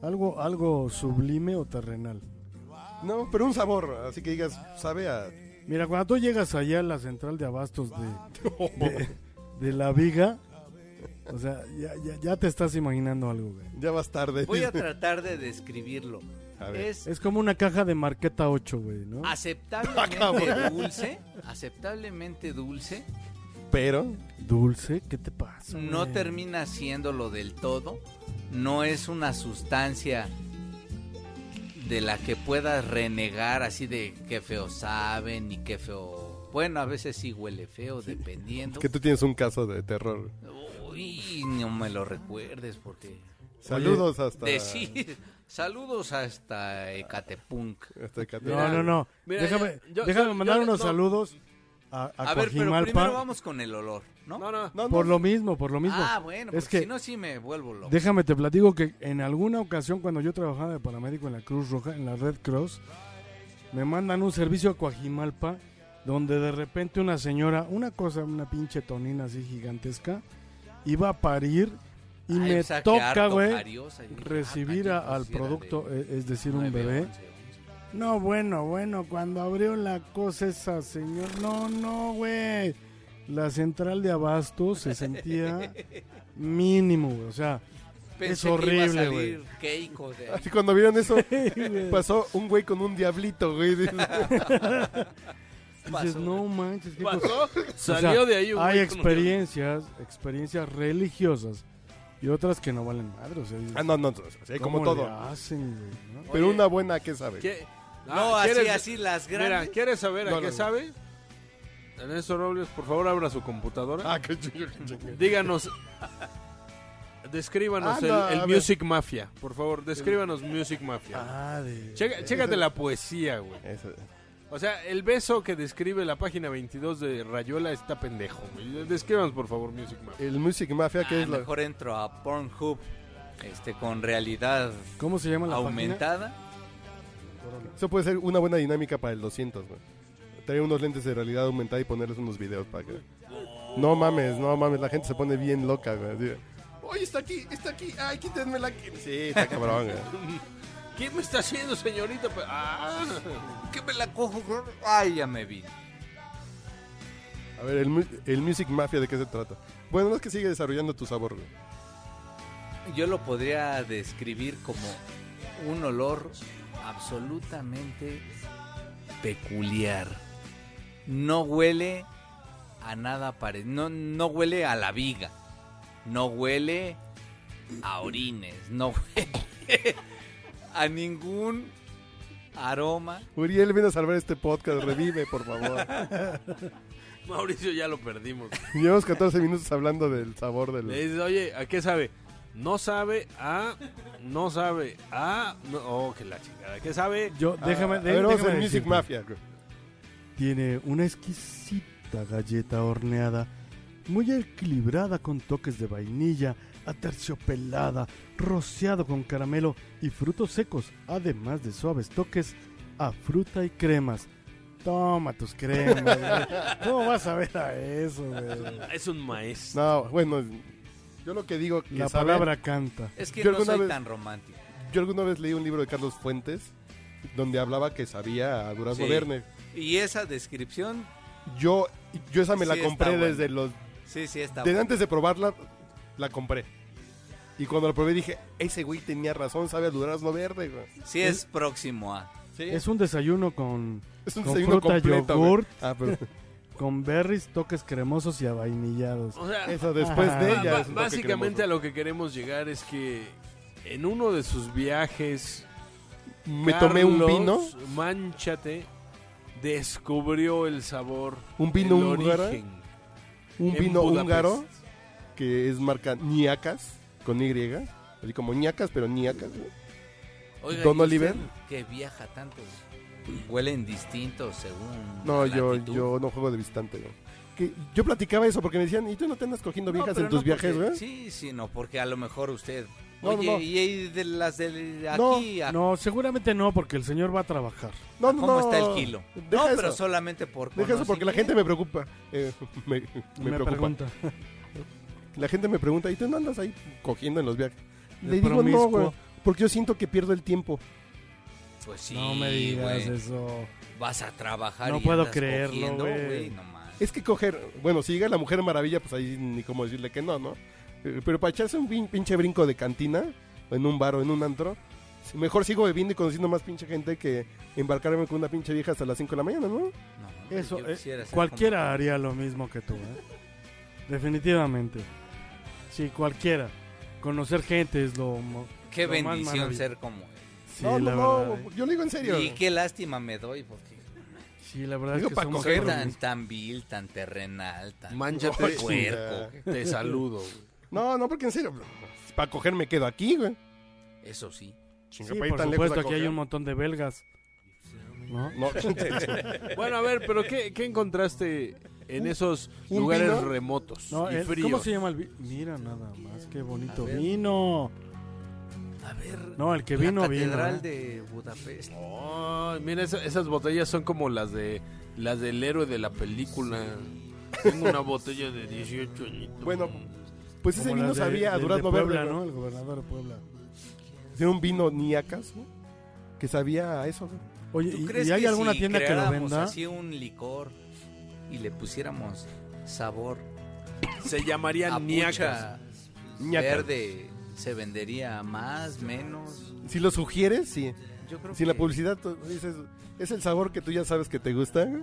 Speaker 2: Algo, algo sublime o terrenal.
Speaker 4: No, pero un sabor, así que digas, sabe a...
Speaker 2: Mira, cuando tú llegas allá a la central de abastos de, de, de la viga, o sea, ya, ya, ya te estás imaginando algo, güey.
Speaker 4: Ya vas tarde.
Speaker 1: Voy a tratar de describirlo.
Speaker 4: A ver.
Speaker 1: Es
Speaker 2: Es como una caja de marqueta 8, güey, ¿no?
Speaker 1: Ah. aceptablemente dulce, aceptablemente dulce,
Speaker 4: Pero,
Speaker 2: Dulce, ¿qué te pasa?
Speaker 1: no
Speaker 2: güey?
Speaker 1: termina siéndolo del todo, no es una sustancia de la que puedas renegar así de qué feo saben y qué feo. Bueno, a veces sí huele feo, dependiendo.
Speaker 4: que tú tienes un caso de terror.
Speaker 1: Uy, no me lo recuerdes porque
Speaker 4: Saludos hasta...
Speaker 1: decir saludos hasta Ecatepunk.
Speaker 4: Hasta Ecatepec.
Speaker 2: No, no, no.
Speaker 5: Mira,
Speaker 2: déjame
Speaker 5: ya- yo-
Speaker 2: déjame
Speaker 5: yo-
Speaker 2: mandar
Speaker 5: yo-
Speaker 2: unos
Speaker 5: no.
Speaker 2: saludos a, a,
Speaker 1: A ver, pero
Speaker 2: Coajimalpa.
Speaker 1: primero vamos con el olor, ¿no?
Speaker 5: No, no.
Speaker 4: No, no,
Speaker 2: Por lo mismo, por lo mismo.
Speaker 1: Ah, bueno,
Speaker 2: Es
Speaker 1: porque
Speaker 2: que-
Speaker 1: si no sí me vuelvo loco.
Speaker 2: Déjame te platico que en alguna ocasión cuando yo trabajaba de paramédico en la Cruz Roja, en la Red Cross, me mandan un servicio a Coajimalpa donde de repente una señora, una cosa, una pinche tonina así gigantesca, iba a parir y
Speaker 1: Ay,
Speaker 2: me
Speaker 1: o sea, que
Speaker 2: toca,
Speaker 1: harto
Speaker 2: güey,
Speaker 1: jariosa. Yo dije,
Speaker 2: recibir
Speaker 1: ah,
Speaker 2: a-
Speaker 1: tantito,
Speaker 2: al
Speaker 1: sí era
Speaker 2: producto,
Speaker 1: de
Speaker 2: e- es decir, un
Speaker 1: nueve,
Speaker 2: bebé.
Speaker 1: once, once.
Speaker 2: No, bueno, bueno, cuando abrió la cosa esa señor, no, no, güey. La central de abasto se sentía mínimo, güey, o sea,
Speaker 1: Pensé
Speaker 2: Es
Speaker 1: que iba a
Speaker 2: horrible,
Speaker 1: salir Keiko de ahí.
Speaker 4: Así cuando vieron eso, pasó un güey con un diablito, güey.
Speaker 2: dices,
Speaker 1: Pasó.
Speaker 2: no manches, qué cosa.
Speaker 5: Pasó,
Speaker 2: O sea,
Speaker 5: salió de ahí un
Speaker 2: Hay
Speaker 5: güey con un-
Speaker 2: experiencias, experiencias religiosas y otras que no valen madre, o sea, dices,
Speaker 4: Ah, no, no, no, sí, como
Speaker 2: ¿cómo le
Speaker 4: todo.
Speaker 2: hacen, güey, no?
Speaker 4: Pero
Speaker 5: Oye.
Speaker 4: una buena, ¿qué sabe?
Speaker 5: ¿Qué?
Speaker 1: No,
Speaker 5: Ah,
Speaker 1: así,
Speaker 5: ¿quieres-
Speaker 1: así las
Speaker 5: Mira,
Speaker 1: grandes.
Speaker 5: ¿quieres saber
Speaker 4: No,
Speaker 5: a
Speaker 4: no,
Speaker 5: qué
Speaker 4: no.
Speaker 5: sabe? Ernesto Robles, por favor, abra su computadora.
Speaker 4: Ah, qué chingo, qué chingo.
Speaker 5: Díganos. Descríbanos
Speaker 4: Ah,
Speaker 5: el-
Speaker 4: no,
Speaker 5: el,
Speaker 4: a ver.
Speaker 5: Music Mafia, por favor, descríbanos Music Mafia.
Speaker 2: Ah, de-
Speaker 5: Checa- chécate la poesía, güey.
Speaker 4: Eso.
Speaker 5: O sea, el beso que describe la página 22 de Rayuela está pendejo, güey. Descríbanos, por favor, Music Mafia.
Speaker 4: El Music Mafia, que
Speaker 1: Ah,
Speaker 4: es la...
Speaker 1: mejor entro a Pornhub este, con realidad
Speaker 2: ¿Cómo se llama la
Speaker 1: aumentada.
Speaker 4: Eso puede ser una buena dinámica para el 200, güey. Traer unos lentes de realidad aumentada y ponerles unos videos para que... No mames, no mames, la gente se pone bien loca, güey. así de, Oye, está aquí, está aquí, ay, quítenmela aquí. Sí, está cabrón, güey.
Speaker 5: ¿Qué me está haciendo, señorita? Ah,
Speaker 1: ¿Qué me la cojo? bro? Ay, ya me vi.
Speaker 4: A ver, el, mu- el Music Mafia, ¿de qué se trata? Bueno, no es que sigue desarrollando tu sabor, güey.
Speaker 1: Yo lo podría describir como un olor absolutamente peculiar. No huele a nada parecido. No, no huele a la viga. No huele a orines. No huele a ningún aroma.
Speaker 4: Uriel, ven a salvar este podcast, revive, por favor.
Speaker 5: Mauricio, ya lo perdimos.
Speaker 4: Llevamos 14 minutos hablando del sabor del...
Speaker 5: Le dices, oye, ¿a qué sabe? No sabe a. No sabe a. no- oh, que la chingada. ¿Qué sabe?
Speaker 2: Yo,
Speaker 4: Ah,
Speaker 2: déjame,
Speaker 4: a
Speaker 2: de-
Speaker 4: ver, vamos
Speaker 2: déjame
Speaker 4: al Music
Speaker 2: decirte.
Speaker 4: Mafia, güey.
Speaker 2: Tiene una exquisita galleta horneada, muy equilibrada con toques de vainilla, aterciopelada, rociado con caramelo y frutos secos, además de suaves toques a fruta y cremas. Toma tus cremas. güey. ¿Cómo vas a ver a eso, güey?
Speaker 5: Es un maestro.
Speaker 4: No, bueno, yo lo que digo que
Speaker 2: La
Speaker 4: sabe-
Speaker 2: palabra canta.
Speaker 1: Es que
Speaker 4: Yo
Speaker 1: no
Speaker 4: alguna
Speaker 1: soy
Speaker 4: vez-
Speaker 1: tan romántico.
Speaker 4: Yo alguna vez leí un libro de Carlos Fuentes donde hablaba que sabía a durazno
Speaker 1: Sí.
Speaker 4: verde.
Speaker 1: Y esa descripción,
Speaker 4: Yo, yo esa me la
Speaker 1: Sí, está
Speaker 4: compré
Speaker 1: bueno.
Speaker 4: desde los...
Speaker 1: sí, sí está.
Speaker 4: desde
Speaker 1: buena.
Speaker 4: antes de probarla, la compré. Y cuando la probé dije, ese güey tenía razón, sabe a durazno verde, güey.
Speaker 1: Sí es próximo a.
Speaker 4: Sí.
Speaker 2: Es un desayuno con
Speaker 4: Es un
Speaker 2: con
Speaker 4: desayuno
Speaker 2: fruta,
Speaker 4: completo, güey.
Speaker 2: yogurt.
Speaker 4: Ah, pero-
Speaker 2: con berries, toques cremosos y avainillados.
Speaker 5: O sea,
Speaker 4: Eso después
Speaker 2: Ah.
Speaker 4: de
Speaker 5: Ba-
Speaker 4: ella.
Speaker 5: ba-
Speaker 4: es un toque
Speaker 5: básicamente
Speaker 4: cremoso.
Speaker 5: a lo que queremos llegar es que en uno de sus viajes,
Speaker 4: me tomé un vino,
Speaker 5: Carlos Manchate descubrió el sabor,
Speaker 4: un vino
Speaker 5: el
Speaker 4: húngaro,
Speaker 5: origen
Speaker 4: un
Speaker 5: en
Speaker 4: vino
Speaker 5: Budapest.
Speaker 4: húngaro que es marca Niacas con Y, así como Niacas, pero Niacas. güey.
Speaker 1: Oiga,
Speaker 4: Don
Speaker 1: ¿y usted
Speaker 4: Oliver?
Speaker 1: Que viaja tanto. Huelen distintos según.
Speaker 4: No,
Speaker 1: la
Speaker 4: yo,
Speaker 1: latitud.
Speaker 4: yo no juego de visitante, güey. Que yo platicaba eso porque me decían, ¿y tú no te andas cogiendo
Speaker 1: No,
Speaker 4: viejas
Speaker 1: pero
Speaker 4: en tus
Speaker 1: no
Speaker 4: viajes,
Speaker 1: porque-
Speaker 4: güey?
Speaker 1: Sí, sí, no, porque a lo mejor usted.
Speaker 4: No, no,
Speaker 1: Oye,
Speaker 4: no.
Speaker 1: y y de las de
Speaker 4: No,
Speaker 1: aquí a
Speaker 2: No, seguramente no, porque el señor va a trabajar.
Speaker 4: No, no,
Speaker 1: cómo
Speaker 4: no.
Speaker 1: está el kilo.
Speaker 4: Deja
Speaker 1: no, pero
Speaker 4: eso.
Speaker 1: solamente por.
Speaker 4: Deja eso porque la
Speaker 1: conocimiento.
Speaker 4: gente me preocupa. Eh, me, me
Speaker 2: Me,
Speaker 4: preocupa.
Speaker 2: pregunta.
Speaker 4: La gente me pregunta, ¿y tú no andas ahí cogiendo en los viajes?
Speaker 2: De
Speaker 4: Le digo no,
Speaker 2: promiscuo.
Speaker 4: güey. Porque yo siento que pierdo el tiempo.
Speaker 1: Pues sí,
Speaker 2: no me digas
Speaker 1: güey.
Speaker 2: eso.
Speaker 1: Vas a trabajar.
Speaker 2: No
Speaker 1: y
Speaker 2: puedo
Speaker 1: andas
Speaker 2: creerlo,
Speaker 1: cogiendo,
Speaker 2: güey.
Speaker 1: No mames.
Speaker 4: Es que coger, bueno, si llega la Mujer Maravilla, pues ahí ni cómo decirle que no, ¿no? Eh, Pero para echarse un pin- pinche brinco de cantina, o en un bar o en un antro, si- mejor sigo bebiendo y conociendo más pinche gente que embarcarme con una pinche vieja hasta las 5 de la mañana, ¿no?
Speaker 1: No, mames,
Speaker 2: Eso,
Speaker 1: yo
Speaker 2: eh,
Speaker 1: quisiera ser
Speaker 2: Cualquiera haría lo mismo que tú, ¿eh? Definitivamente. Sí, cualquiera. Conocer gente es lo...
Speaker 1: como-
Speaker 2: mo-
Speaker 1: Qué
Speaker 2: lo más
Speaker 1: bendición
Speaker 2: maravilloso.
Speaker 1: ser como él.
Speaker 2: Sí,
Speaker 4: no,
Speaker 2: la
Speaker 4: no, no,
Speaker 2: verdad. eh.
Speaker 4: yo le digo en serio.
Speaker 1: Y qué lástima me doy porque
Speaker 2: Sí, la verdad
Speaker 4: Digo,
Speaker 2: es que
Speaker 4: pa'
Speaker 2: somos
Speaker 4: coger.
Speaker 2: promis-
Speaker 1: tan, tan vil, tan terrenal, tan
Speaker 5: Manchate
Speaker 4: Oye,
Speaker 1: puerco.
Speaker 5: Te saludo. güey.
Speaker 4: No, no, porque en serio, para coger me quedo aquí, güey.
Speaker 1: Eso sí.
Speaker 2: Sí,
Speaker 4: Para ir
Speaker 2: por
Speaker 4: tan lejos
Speaker 2: supuesto,
Speaker 4: a
Speaker 2: aquí hay
Speaker 4: coger.
Speaker 2: un montón de belgas. ¿No?
Speaker 4: No,
Speaker 5: Bueno, a ver, pero ¿qué, qué encontraste en esos
Speaker 4: ¿Un
Speaker 5: lugares
Speaker 4: vino?
Speaker 5: remotos
Speaker 2: No,
Speaker 5: y
Speaker 2: el-
Speaker 5: fríos?
Speaker 2: ¿Cómo se llama el vino? Mira nada más, qué bonito
Speaker 1: A ver.
Speaker 2: vino.
Speaker 1: A ver.
Speaker 2: No, el que vino,
Speaker 1: la
Speaker 2: vino.
Speaker 1: catedral
Speaker 2: ¿eh?
Speaker 1: de Budapest.
Speaker 5: Ay, mira, esa- esas botellas son como las de las del héroe de la película. Tengo una botella de 18 añitos.
Speaker 4: Bueno, pues ese
Speaker 2: Como
Speaker 4: vino
Speaker 2: las de-
Speaker 4: sabía a
Speaker 2: del de
Speaker 4: durazno
Speaker 2: Puebla,
Speaker 4: verde, ¿no?
Speaker 2: ¿no? El gobernador de Puebla.
Speaker 4: Era un vino niacas, güey, que sabía a eso, güey.
Speaker 2: Oye,
Speaker 1: ¿Tú
Speaker 2: ¿y,
Speaker 1: crees
Speaker 2: y hay
Speaker 1: que
Speaker 2: alguna
Speaker 1: si
Speaker 2: tienda que lo
Speaker 1: creáramos
Speaker 2: venda?
Speaker 1: así un licor y le pusiéramos sabor
Speaker 5: se llamaría
Speaker 1: a
Speaker 5: niacas.
Speaker 1: pucha
Speaker 4: Ñaca.
Speaker 1: verde, se vendería más, menos?
Speaker 4: Si lo sugieres, sí.
Speaker 1: Yo creo
Speaker 4: Si
Speaker 1: que
Speaker 4: la publicidad tú dices, es el sabor que tú ya sabes que te gusta, güey.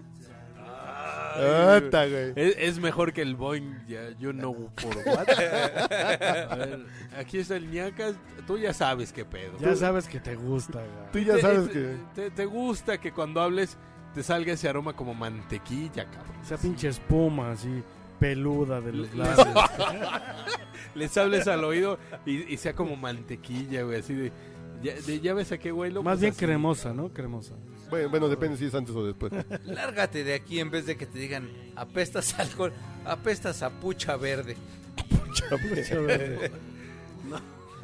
Speaker 4: Ah, Ota, güey.
Speaker 5: Es, es mejor que el Boeing, ya, yo no por what. A ver, aquí está el ñacas, tú ya sabes qué pedo.
Speaker 2: Ya sabes que te gusta. güey.
Speaker 4: Tú
Speaker 1: Este,
Speaker 4: ya
Speaker 5: Te-
Speaker 4: sabes
Speaker 5: te-
Speaker 4: que.
Speaker 5: Te, te gusta que cuando hables te salga ese aroma como mantequilla, cabrón.
Speaker 2: Esa pinche espuma así, peluda de los
Speaker 5: Le-
Speaker 2: labios.
Speaker 5: Les hables al oído y, y sea como mantequilla, güey, así de... Ya, de- ya ves a qué pues, güey lo
Speaker 2: Más bien
Speaker 5: así.
Speaker 2: cremosa, ¿no? Cremosa.
Speaker 1: este.
Speaker 4: Bueno, bueno, depende si es antes o después.
Speaker 1: lárgate de aquí en vez de que te digan apestas a alcohol, apestas a pucha verde.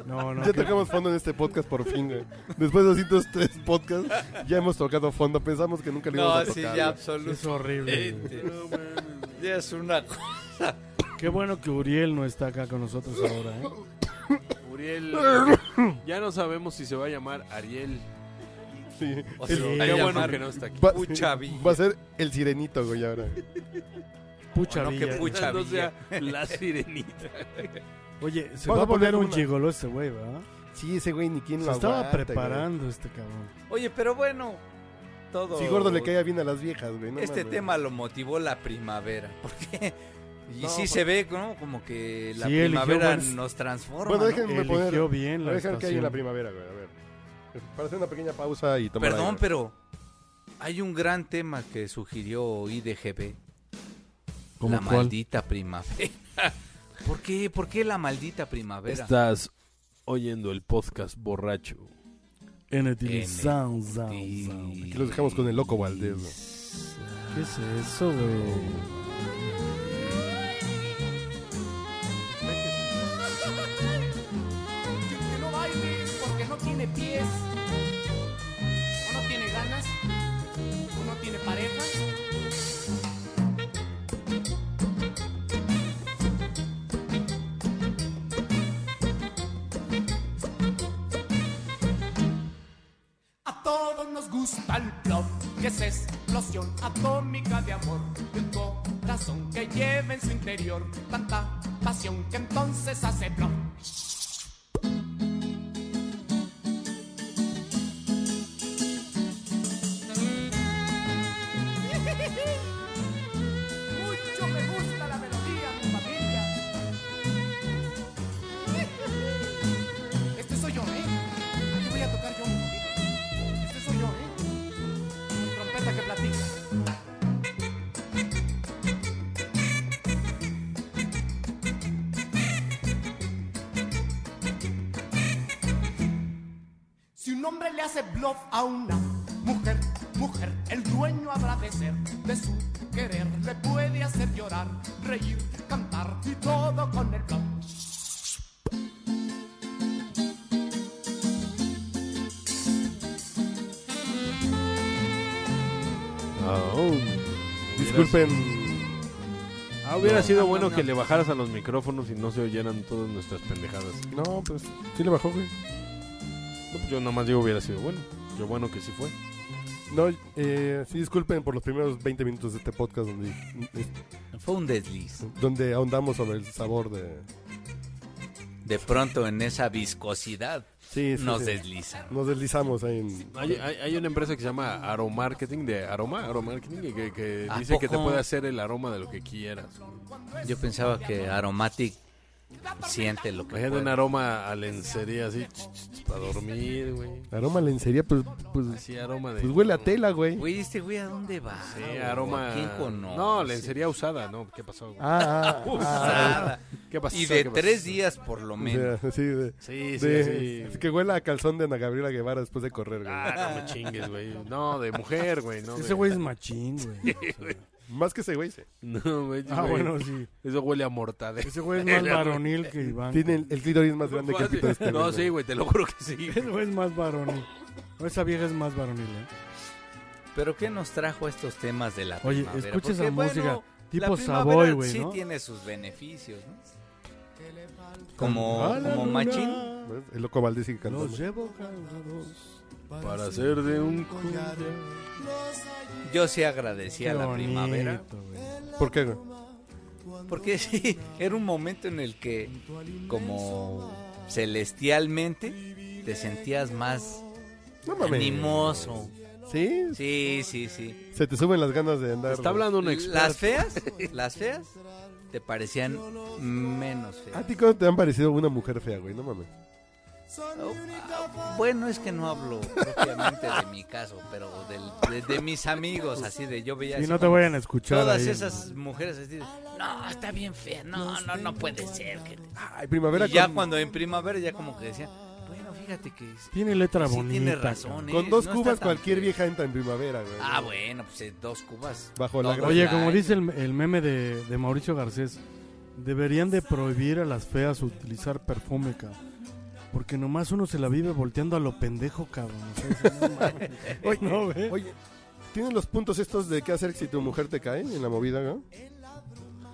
Speaker 2: No, no.
Speaker 4: Ya
Speaker 2: que-
Speaker 4: tocamos fondo en este podcast por fin, güey. Después de 203 podcasts, ya hemos tocado fondo. Pensamos que nunca le íbamos
Speaker 1: No,
Speaker 4: a tocar.
Speaker 1: sí, ya
Speaker 4: güey.
Speaker 2: Es
Speaker 1: absolutamente.
Speaker 2: horrible. güey.
Speaker 1: Ya es una
Speaker 2: Qué bueno que Uriel no está acá con nosotros ahora, ¿eh?
Speaker 5: Uriel, ya no sabemos si se va a llamar Ariel.
Speaker 4: Sí.
Speaker 1: O sea,
Speaker 4: El-
Speaker 2: Sí,
Speaker 5: Qué
Speaker 1: a
Speaker 5: bueno
Speaker 1: llamar
Speaker 5: que no está aquí.
Speaker 4: va,
Speaker 1: pucha villa.
Speaker 4: va a ser el sirenito, güey, ahora.
Speaker 2: Pucha
Speaker 1: No, que
Speaker 2: vida.
Speaker 1: pucha.
Speaker 5: No sea la sirenita.
Speaker 2: Oye, se
Speaker 4: Vamos
Speaker 2: va a
Speaker 4: a poner
Speaker 2: volver un
Speaker 4: una.
Speaker 2: gigolo este güey, ¿verdad?
Speaker 4: Sí, ese güey ni quién
Speaker 2: Se
Speaker 4: lo
Speaker 2: estaba
Speaker 4: aguanta, güey.
Speaker 2: preparando este cabrón.
Speaker 1: Oye, pero bueno, todo.
Speaker 4: Si gordo le caía bien a las viejas, güey. no
Speaker 1: Este
Speaker 4: mames.
Speaker 1: tema lo motivó la primavera, porque y
Speaker 4: No,
Speaker 1: sí
Speaker 4: pues-
Speaker 1: se ve, ¿no? Como que la
Speaker 2: Sí, eligió
Speaker 1: primavera
Speaker 2: buenas-
Speaker 1: nos transforma.
Speaker 4: Bueno,
Speaker 1: ¿no?
Speaker 4: déjenme poner.
Speaker 2: Eligió bien
Speaker 4: Voy
Speaker 2: la
Speaker 4: a dejar que haya la
Speaker 2: estación.
Speaker 4: primavera, güey. A ver. Para hacer una pequeña pausa y tomar.
Speaker 1: Perdón,
Speaker 4: aire.
Speaker 1: pero hay un gran tema que sugirió IDGB.
Speaker 2: ¿Cómo
Speaker 1: la
Speaker 2: cuál?
Speaker 1: maldita primavera. ¿Por qué? ¿Por qué la maldita primavera?
Speaker 5: Estás oyendo el podcast borracho.
Speaker 2: En el
Speaker 1: En
Speaker 2: sound, sound,
Speaker 1: Ti-
Speaker 2: sound.
Speaker 4: Aquí los dejamos con el loco Valdés, güey.
Speaker 2: ¿Qué es eso, güey?
Speaker 7: que no bailes porque no tiene pies, o no tiene ganas, o no tiene pareja. A todos nos gusta el plop, que es explosión atómica de amor, de un corazón que lleva en su interior tanta pasión que entonces hace plop. Este ¿eh? Este ¿eh? hombre le hace bluff a una mujer, mujer, el dueño habrá de ser de su querer, le puede hacer llorar, reír, cantar y todo con el bluff.
Speaker 4: Disculpen.
Speaker 5: Ah, hubiera
Speaker 4: No.
Speaker 5: sido bueno que le bajaras a los micrófonos y no se oyeran todas nuestras pendejadas. pues
Speaker 4: No, pues sí le bajó, güey.
Speaker 5: Yo nomás digo hubiera sido bueno. Yo bueno que sí fue.
Speaker 4: No, eh, sí disculpen por los primeros 20 minutos de este podcast donde, este,
Speaker 1: Fue un desliz.
Speaker 4: donde ahondamos sobre el sabor de...
Speaker 1: De pronto en esa viscosidad
Speaker 4: Sí, sí,
Speaker 1: nos
Speaker 4: sí.
Speaker 1: deslizan.
Speaker 4: Nos deslizamos ahí en...
Speaker 5: Hay, hay- hay una empresa que se llama Aromarketing, de aroma, aromarketing, y que, que
Speaker 1: ¿A
Speaker 5: dice que te
Speaker 1: poco?
Speaker 5: puede hacer el aroma de lo que quieras.
Speaker 1: Yo pensaba que Aromatic siente lo que
Speaker 5: Imagínate un
Speaker 1: puede.
Speaker 5: aroma a lencería así, ch, ch, ch, para dormir, güey.
Speaker 4: Aroma a lencería, pues, pues,
Speaker 5: Así aroma de...
Speaker 4: pues huele a tela, güey.
Speaker 1: Güey, este güey, ¿a dónde va?
Speaker 5: Sí,
Speaker 1: güey?
Speaker 5: aroma...
Speaker 1: ¿A ¿Quién conoce?
Speaker 5: No, lencería usada, ¿no? ¿Qué pasó? güey?
Speaker 4: Ah, ah,
Speaker 1: Usada.
Speaker 5: ¿Qué pasó?
Speaker 1: Y de
Speaker 5: ¿Qué pasó?
Speaker 1: tres días por lo
Speaker 4: ah.
Speaker 1: menos.
Speaker 4: O sea, sí, de-
Speaker 5: Sí, sí,
Speaker 4: de-
Speaker 5: sí.
Speaker 4: es que huele a calzón de Ana Gabriela Guevara después de correr, güey.
Speaker 5: Ah, no me chingues, güey. No, de mujer, güey. No,
Speaker 2: Ese
Speaker 5: de-
Speaker 2: güey es machín, güey.
Speaker 4: Más que ese güey, sí.
Speaker 5: No, güey.
Speaker 2: Ah,
Speaker 5: güey.
Speaker 2: bueno, sí.
Speaker 5: Eso huele a mortadela.
Speaker 2: Ese güey es más varonil que Iván.
Speaker 4: Tiene el, el clítoris más grande que el pito de este
Speaker 5: No, sí, güey, te lo juro que sí.
Speaker 2: Ese güey es más varonil. No, esa vieja es más varonil, ¿eh?
Speaker 1: ¿Pero qué nos trajo estos temas de la
Speaker 2: Oye,
Speaker 1: primavera?
Speaker 2: escucha esa
Speaker 1: Porque, bueno,
Speaker 2: música.
Speaker 1: la
Speaker 2: Tipo
Speaker 1: primavera
Speaker 2: Savoy, güey,
Speaker 1: Sí
Speaker 2: ¿no?
Speaker 1: tiene sus beneficios, ¿no? Como,
Speaker 4: Ah,
Speaker 2: Ah,
Speaker 1: como machín.
Speaker 4: güey. El loco Valdés sigue cantando.
Speaker 2: Los llevo cargados.
Speaker 5: Para hacer de un collar.
Speaker 1: Yo sí agradecía la primavera.
Speaker 2: bonito, güey.
Speaker 4: ¿Por qué, güey?
Speaker 1: Porque sí, era un momento en el que, como celestialmente, te sentías más
Speaker 4: No mames.
Speaker 1: animoso.
Speaker 4: ¿Sí?
Speaker 1: Sí, sí, sí.
Speaker 4: Se te suben las ganas de andar.
Speaker 5: Está hablando un experto.
Speaker 1: Las feas, las feas, te parecían menos
Speaker 4: ¿A
Speaker 1: feas.
Speaker 4: ti cómo te han parecido una mujer fea, güey? No mames.
Speaker 1: Oh, ah, Bueno, es que no hablo propiamente de mi caso, pero del- de, de mis amigos, así de yo veía...
Speaker 2: Y
Speaker 1: así
Speaker 2: no te
Speaker 1: como-
Speaker 2: vayan a escuchar.
Speaker 1: Todas
Speaker 2: ahí,
Speaker 1: esas mujeres así de, no, está bien fea, no, no, no puede ser. que te-".
Speaker 4: Ay, primavera
Speaker 1: Y ya
Speaker 4: con,
Speaker 1: cuando en primavera ya como que decían, bueno, fíjate que sí
Speaker 2: Tiene letra bonita.
Speaker 1: tiene
Speaker 2: cabrón.
Speaker 1: razón. ¿eh?
Speaker 4: con dos
Speaker 1: No está
Speaker 4: cubas
Speaker 1: tan
Speaker 4: cualquier
Speaker 1: fea".
Speaker 4: vieja entra en primavera, güey.
Speaker 1: Ah, bueno, pues eh, dos cubas.
Speaker 4: Bajo la
Speaker 1: Todo
Speaker 4: gran-
Speaker 2: Oye,
Speaker 1: el
Speaker 2: como
Speaker 1: año.
Speaker 2: dice el, el meme de, de Mauricio Garcés, deberían de prohibir a las feas utilizar perfume, cabrón. Porque nomás uno se la vive volteando a lo pendejo, cabrón. O sea, dice, no mames.
Speaker 4: Oye,
Speaker 2: No, güey.
Speaker 4: oye, ¿tienes los puntos estos de qué hacer si tu mujer te cae en la movida, güey?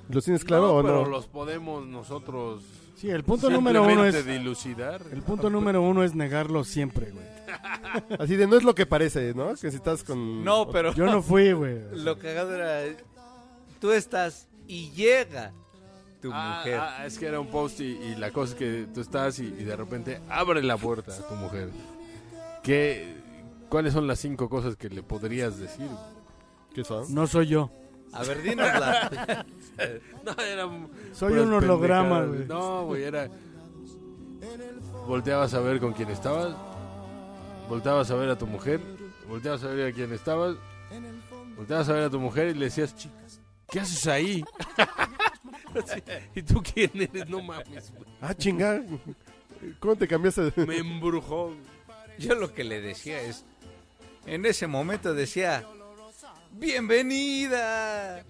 Speaker 4: ¿Los tienes claro
Speaker 5: No,
Speaker 4: o
Speaker 5: pero
Speaker 4: no?
Speaker 5: los podemos nosotros.
Speaker 2: Sí, el punto número uno es...
Speaker 5: simplemente dilucidar.
Speaker 2: El punto número uno es negarlo siempre, güey.
Speaker 4: Así de no es lo que parece, ¿no? Que si estás con.
Speaker 1: No, pero
Speaker 2: Yo no fui, güey.
Speaker 1: lo cagado era, tú estás y llega tu
Speaker 5: Ah,
Speaker 1: mujer.
Speaker 5: ah, es que era un post y, y la cosa es que tú estás y, y de repente abre la puerta a tu mujer. ¿Qué, ¿Cuáles son las cinco cosas que le podrías decir?
Speaker 4: ¿Qué son?
Speaker 2: No soy yo.
Speaker 1: A ver, dinosla.
Speaker 5: No, era
Speaker 2: Soy
Speaker 5: puras
Speaker 2: un holograma,
Speaker 5: pendejadas.
Speaker 2: güey.
Speaker 5: No, güey, era. Volteabas a ver con quién estabas. Volteabas a ver a tu mujer. Volteabas a ver a quién estabas. Volteabas a ver a tu mujer y le decías, chicas, ¿qué haces ahí? Así, ¿Y tú quién eres? No mames, güey.
Speaker 4: Ah, chinga. ¿Cómo te cambiaste? de-
Speaker 5: Me embrujó.
Speaker 1: Yo lo que le decía es, en ese momento decía, bienvenida.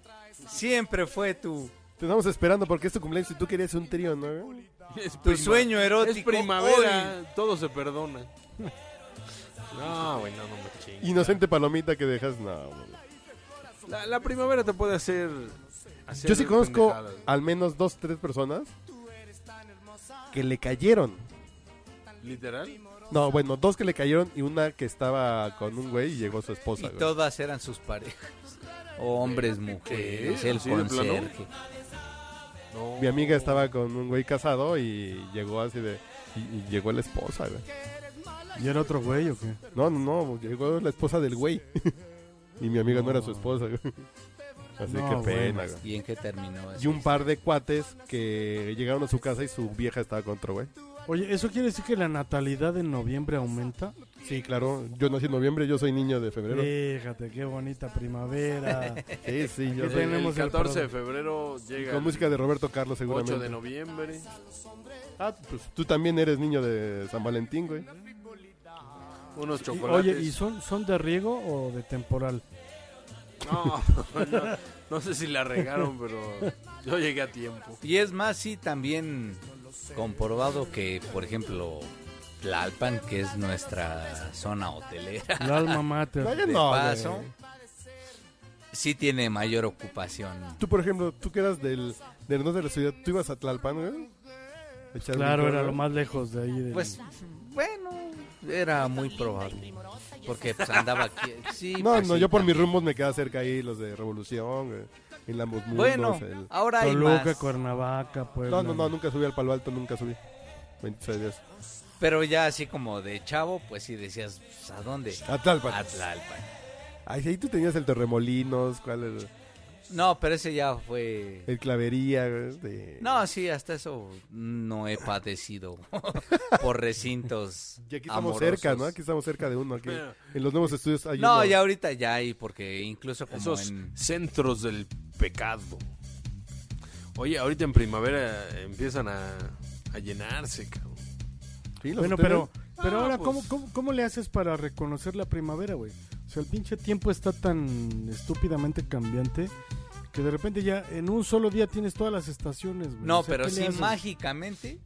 Speaker 1: Siempre fue tu,
Speaker 4: Te estamos esperando porque es tu cumpleaños y tú querías un trío, ¿no?
Speaker 5: Es
Speaker 1: tu
Speaker 5: prima-
Speaker 1: sueño erótico.
Speaker 5: Es primavera, todo se perdona. No, güey, no, no me chingues.
Speaker 4: Inocente palomita que dejas. No, güey.
Speaker 5: La, la primavera te puede hacer. hacer
Speaker 4: Yo sí conozco
Speaker 5: pendejadas.
Speaker 4: al menos dos, tres personas que le cayeron.
Speaker 5: Literal.
Speaker 4: No, bueno, dos que le cayeron y una que estaba con un güey y llegó su esposa.
Speaker 1: Y
Speaker 4: güey.
Speaker 1: todas eran sus parejas. Hombres, mujeres,
Speaker 5: ¿Qué?
Speaker 1: el
Speaker 5: ¿Así de plano?
Speaker 1: conserje.
Speaker 5: No.
Speaker 4: Mi amiga estaba con un güey casado y llegó así de... Y, y llegó la esposa, güey.
Speaker 2: ¿Y era otro güey o qué?
Speaker 4: No, no, no, llegó la esposa del güey. y mi amiga no, era su esposa, güey. Así
Speaker 2: No,
Speaker 4: que
Speaker 2: bueno.
Speaker 4: pena, güey.
Speaker 1: ¿Y en qué terminó
Speaker 4: Y
Speaker 1: eso?
Speaker 4: un par de cuates que llegaron a su casa y su vieja estaba con otro güey.
Speaker 2: Oye, ¿eso quiere decir que la natalidad en noviembre aumenta?
Speaker 4: Sí, claro. Yo nací en noviembre, yo soy niño de febrero.
Speaker 2: Fíjate, qué bonita primavera.
Speaker 4: Sí, sí, yo
Speaker 2: Aquí
Speaker 4: soy...
Speaker 2: tenemos-
Speaker 5: El
Speaker 2: el
Speaker 5: 14
Speaker 2: programa.
Speaker 5: de febrero llega
Speaker 4: Con música de Roberto Carlos,
Speaker 5: el 8 de
Speaker 4: seguramente.
Speaker 5: noviembre.
Speaker 4: Ah, pues tú también eres niño de San Valentín, güey.
Speaker 5: unos
Speaker 2: Y,
Speaker 5: chocolates.
Speaker 2: oye, ¿y son, son de riego o de temporal?
Speaker 5: No, no, no sé si la regaron, pero yo llegué a tiempo.
Speaker 1: Y es más, sí, también comprobado que, por ejemplo, Tlalpan, que es nuestra zona hotelera,
Speaker 2: La alma mater.
Speaker 4: Vaya,
Speaker 1: de
Speaker 4: no, güey.
Speaker 1: paso, sí tiene mayor ocupación.
Speaker 4: Tú, por ejemplo, tú que eras del, del norte de la ciudad, tú ibas a Tlalpan, güey. A echar
Speaker 2: Claro,
Speaker 4: licor,
Speaker 2: era
Speaker 4: ¿no?
Speaker 2: lo más lejos de ahí. del-
Speaker 1: Pues, bueno, era muy probable. Porque pues, andaba aquí. Sí,
Speaker 4: No,
Speaker 1: pues,
Speaker 4: no,
Speaker 1: sí,
Speaker 4: yo por
Speaker 1: también.
Speaker 4: mis rumbos me queda cerca ahí, los de Revolución, güey, en la Mundos.
Speaker 1: Bueno, ah,
Speaker 4: el-
Speaker 1: ahora hay
Speaker 2: Toluca,
Speaker 1: más.
Speaker 2: Cuernavaca, Puebla.
Speaker 4: No, no, no, nunca subí al Palo Alto, nunca subí. 26 días.
Speaker 1: Pero ya así como de chavo, pues sí decías, pues, ¿a dónde?
Speaker 4: A Tlalpan.
Speaker 1: A Tlalpan.
Speaker 4: Ahí, ahí tú tenías el Terremolinos, cuál era?
Speaker 1: No, pero ese ya fue...
Speaker 4: el Clavería, güey, de-
Speaker 1: No, sí, hasta eso no he padecido por recintos
Speaker 4: Y aquí estamos
Speaker 1: amorosos.
Speaker 4: cerca, ¿no? Aquí estamos cerca de uno, aquí.
Speaker 5: Mira.
Speaker 4: En los nuevos estudios hay
Speaker 1: No,
Speaker 4: uno.
Speaker 1: ya ahorita ya hay, porque incluso como
Speaker 5: Esos
Speaker 1: en...
Speaker 5: centros del pecado. Oye, ahorita en primavera empiezan a, a llenarse, cabrón.
Speaker 4: Sí, los
Speaker 2: Bueno,
Speaker 4: hoteles.
Speaker 2: pero, pero
Speaker 5: Ah,
Speaker 2: ahora,
Speaker 5: pues.
Speaker 2: ¿cómo, cómo, cómo le haces para reconocer la primavera, güey? O sea, el pinche tiempo está tan estúpidamente cambiante que de repente ya en un solo día tienes todas las estaciones, güey.
Speaker 1: No,
Speaker 2: O sea,
Speaker 1: pero
Speaker 2: ¿qué le
Speaker 1: sí
Speaker 2: haces?
Speaker 1: mágicamente,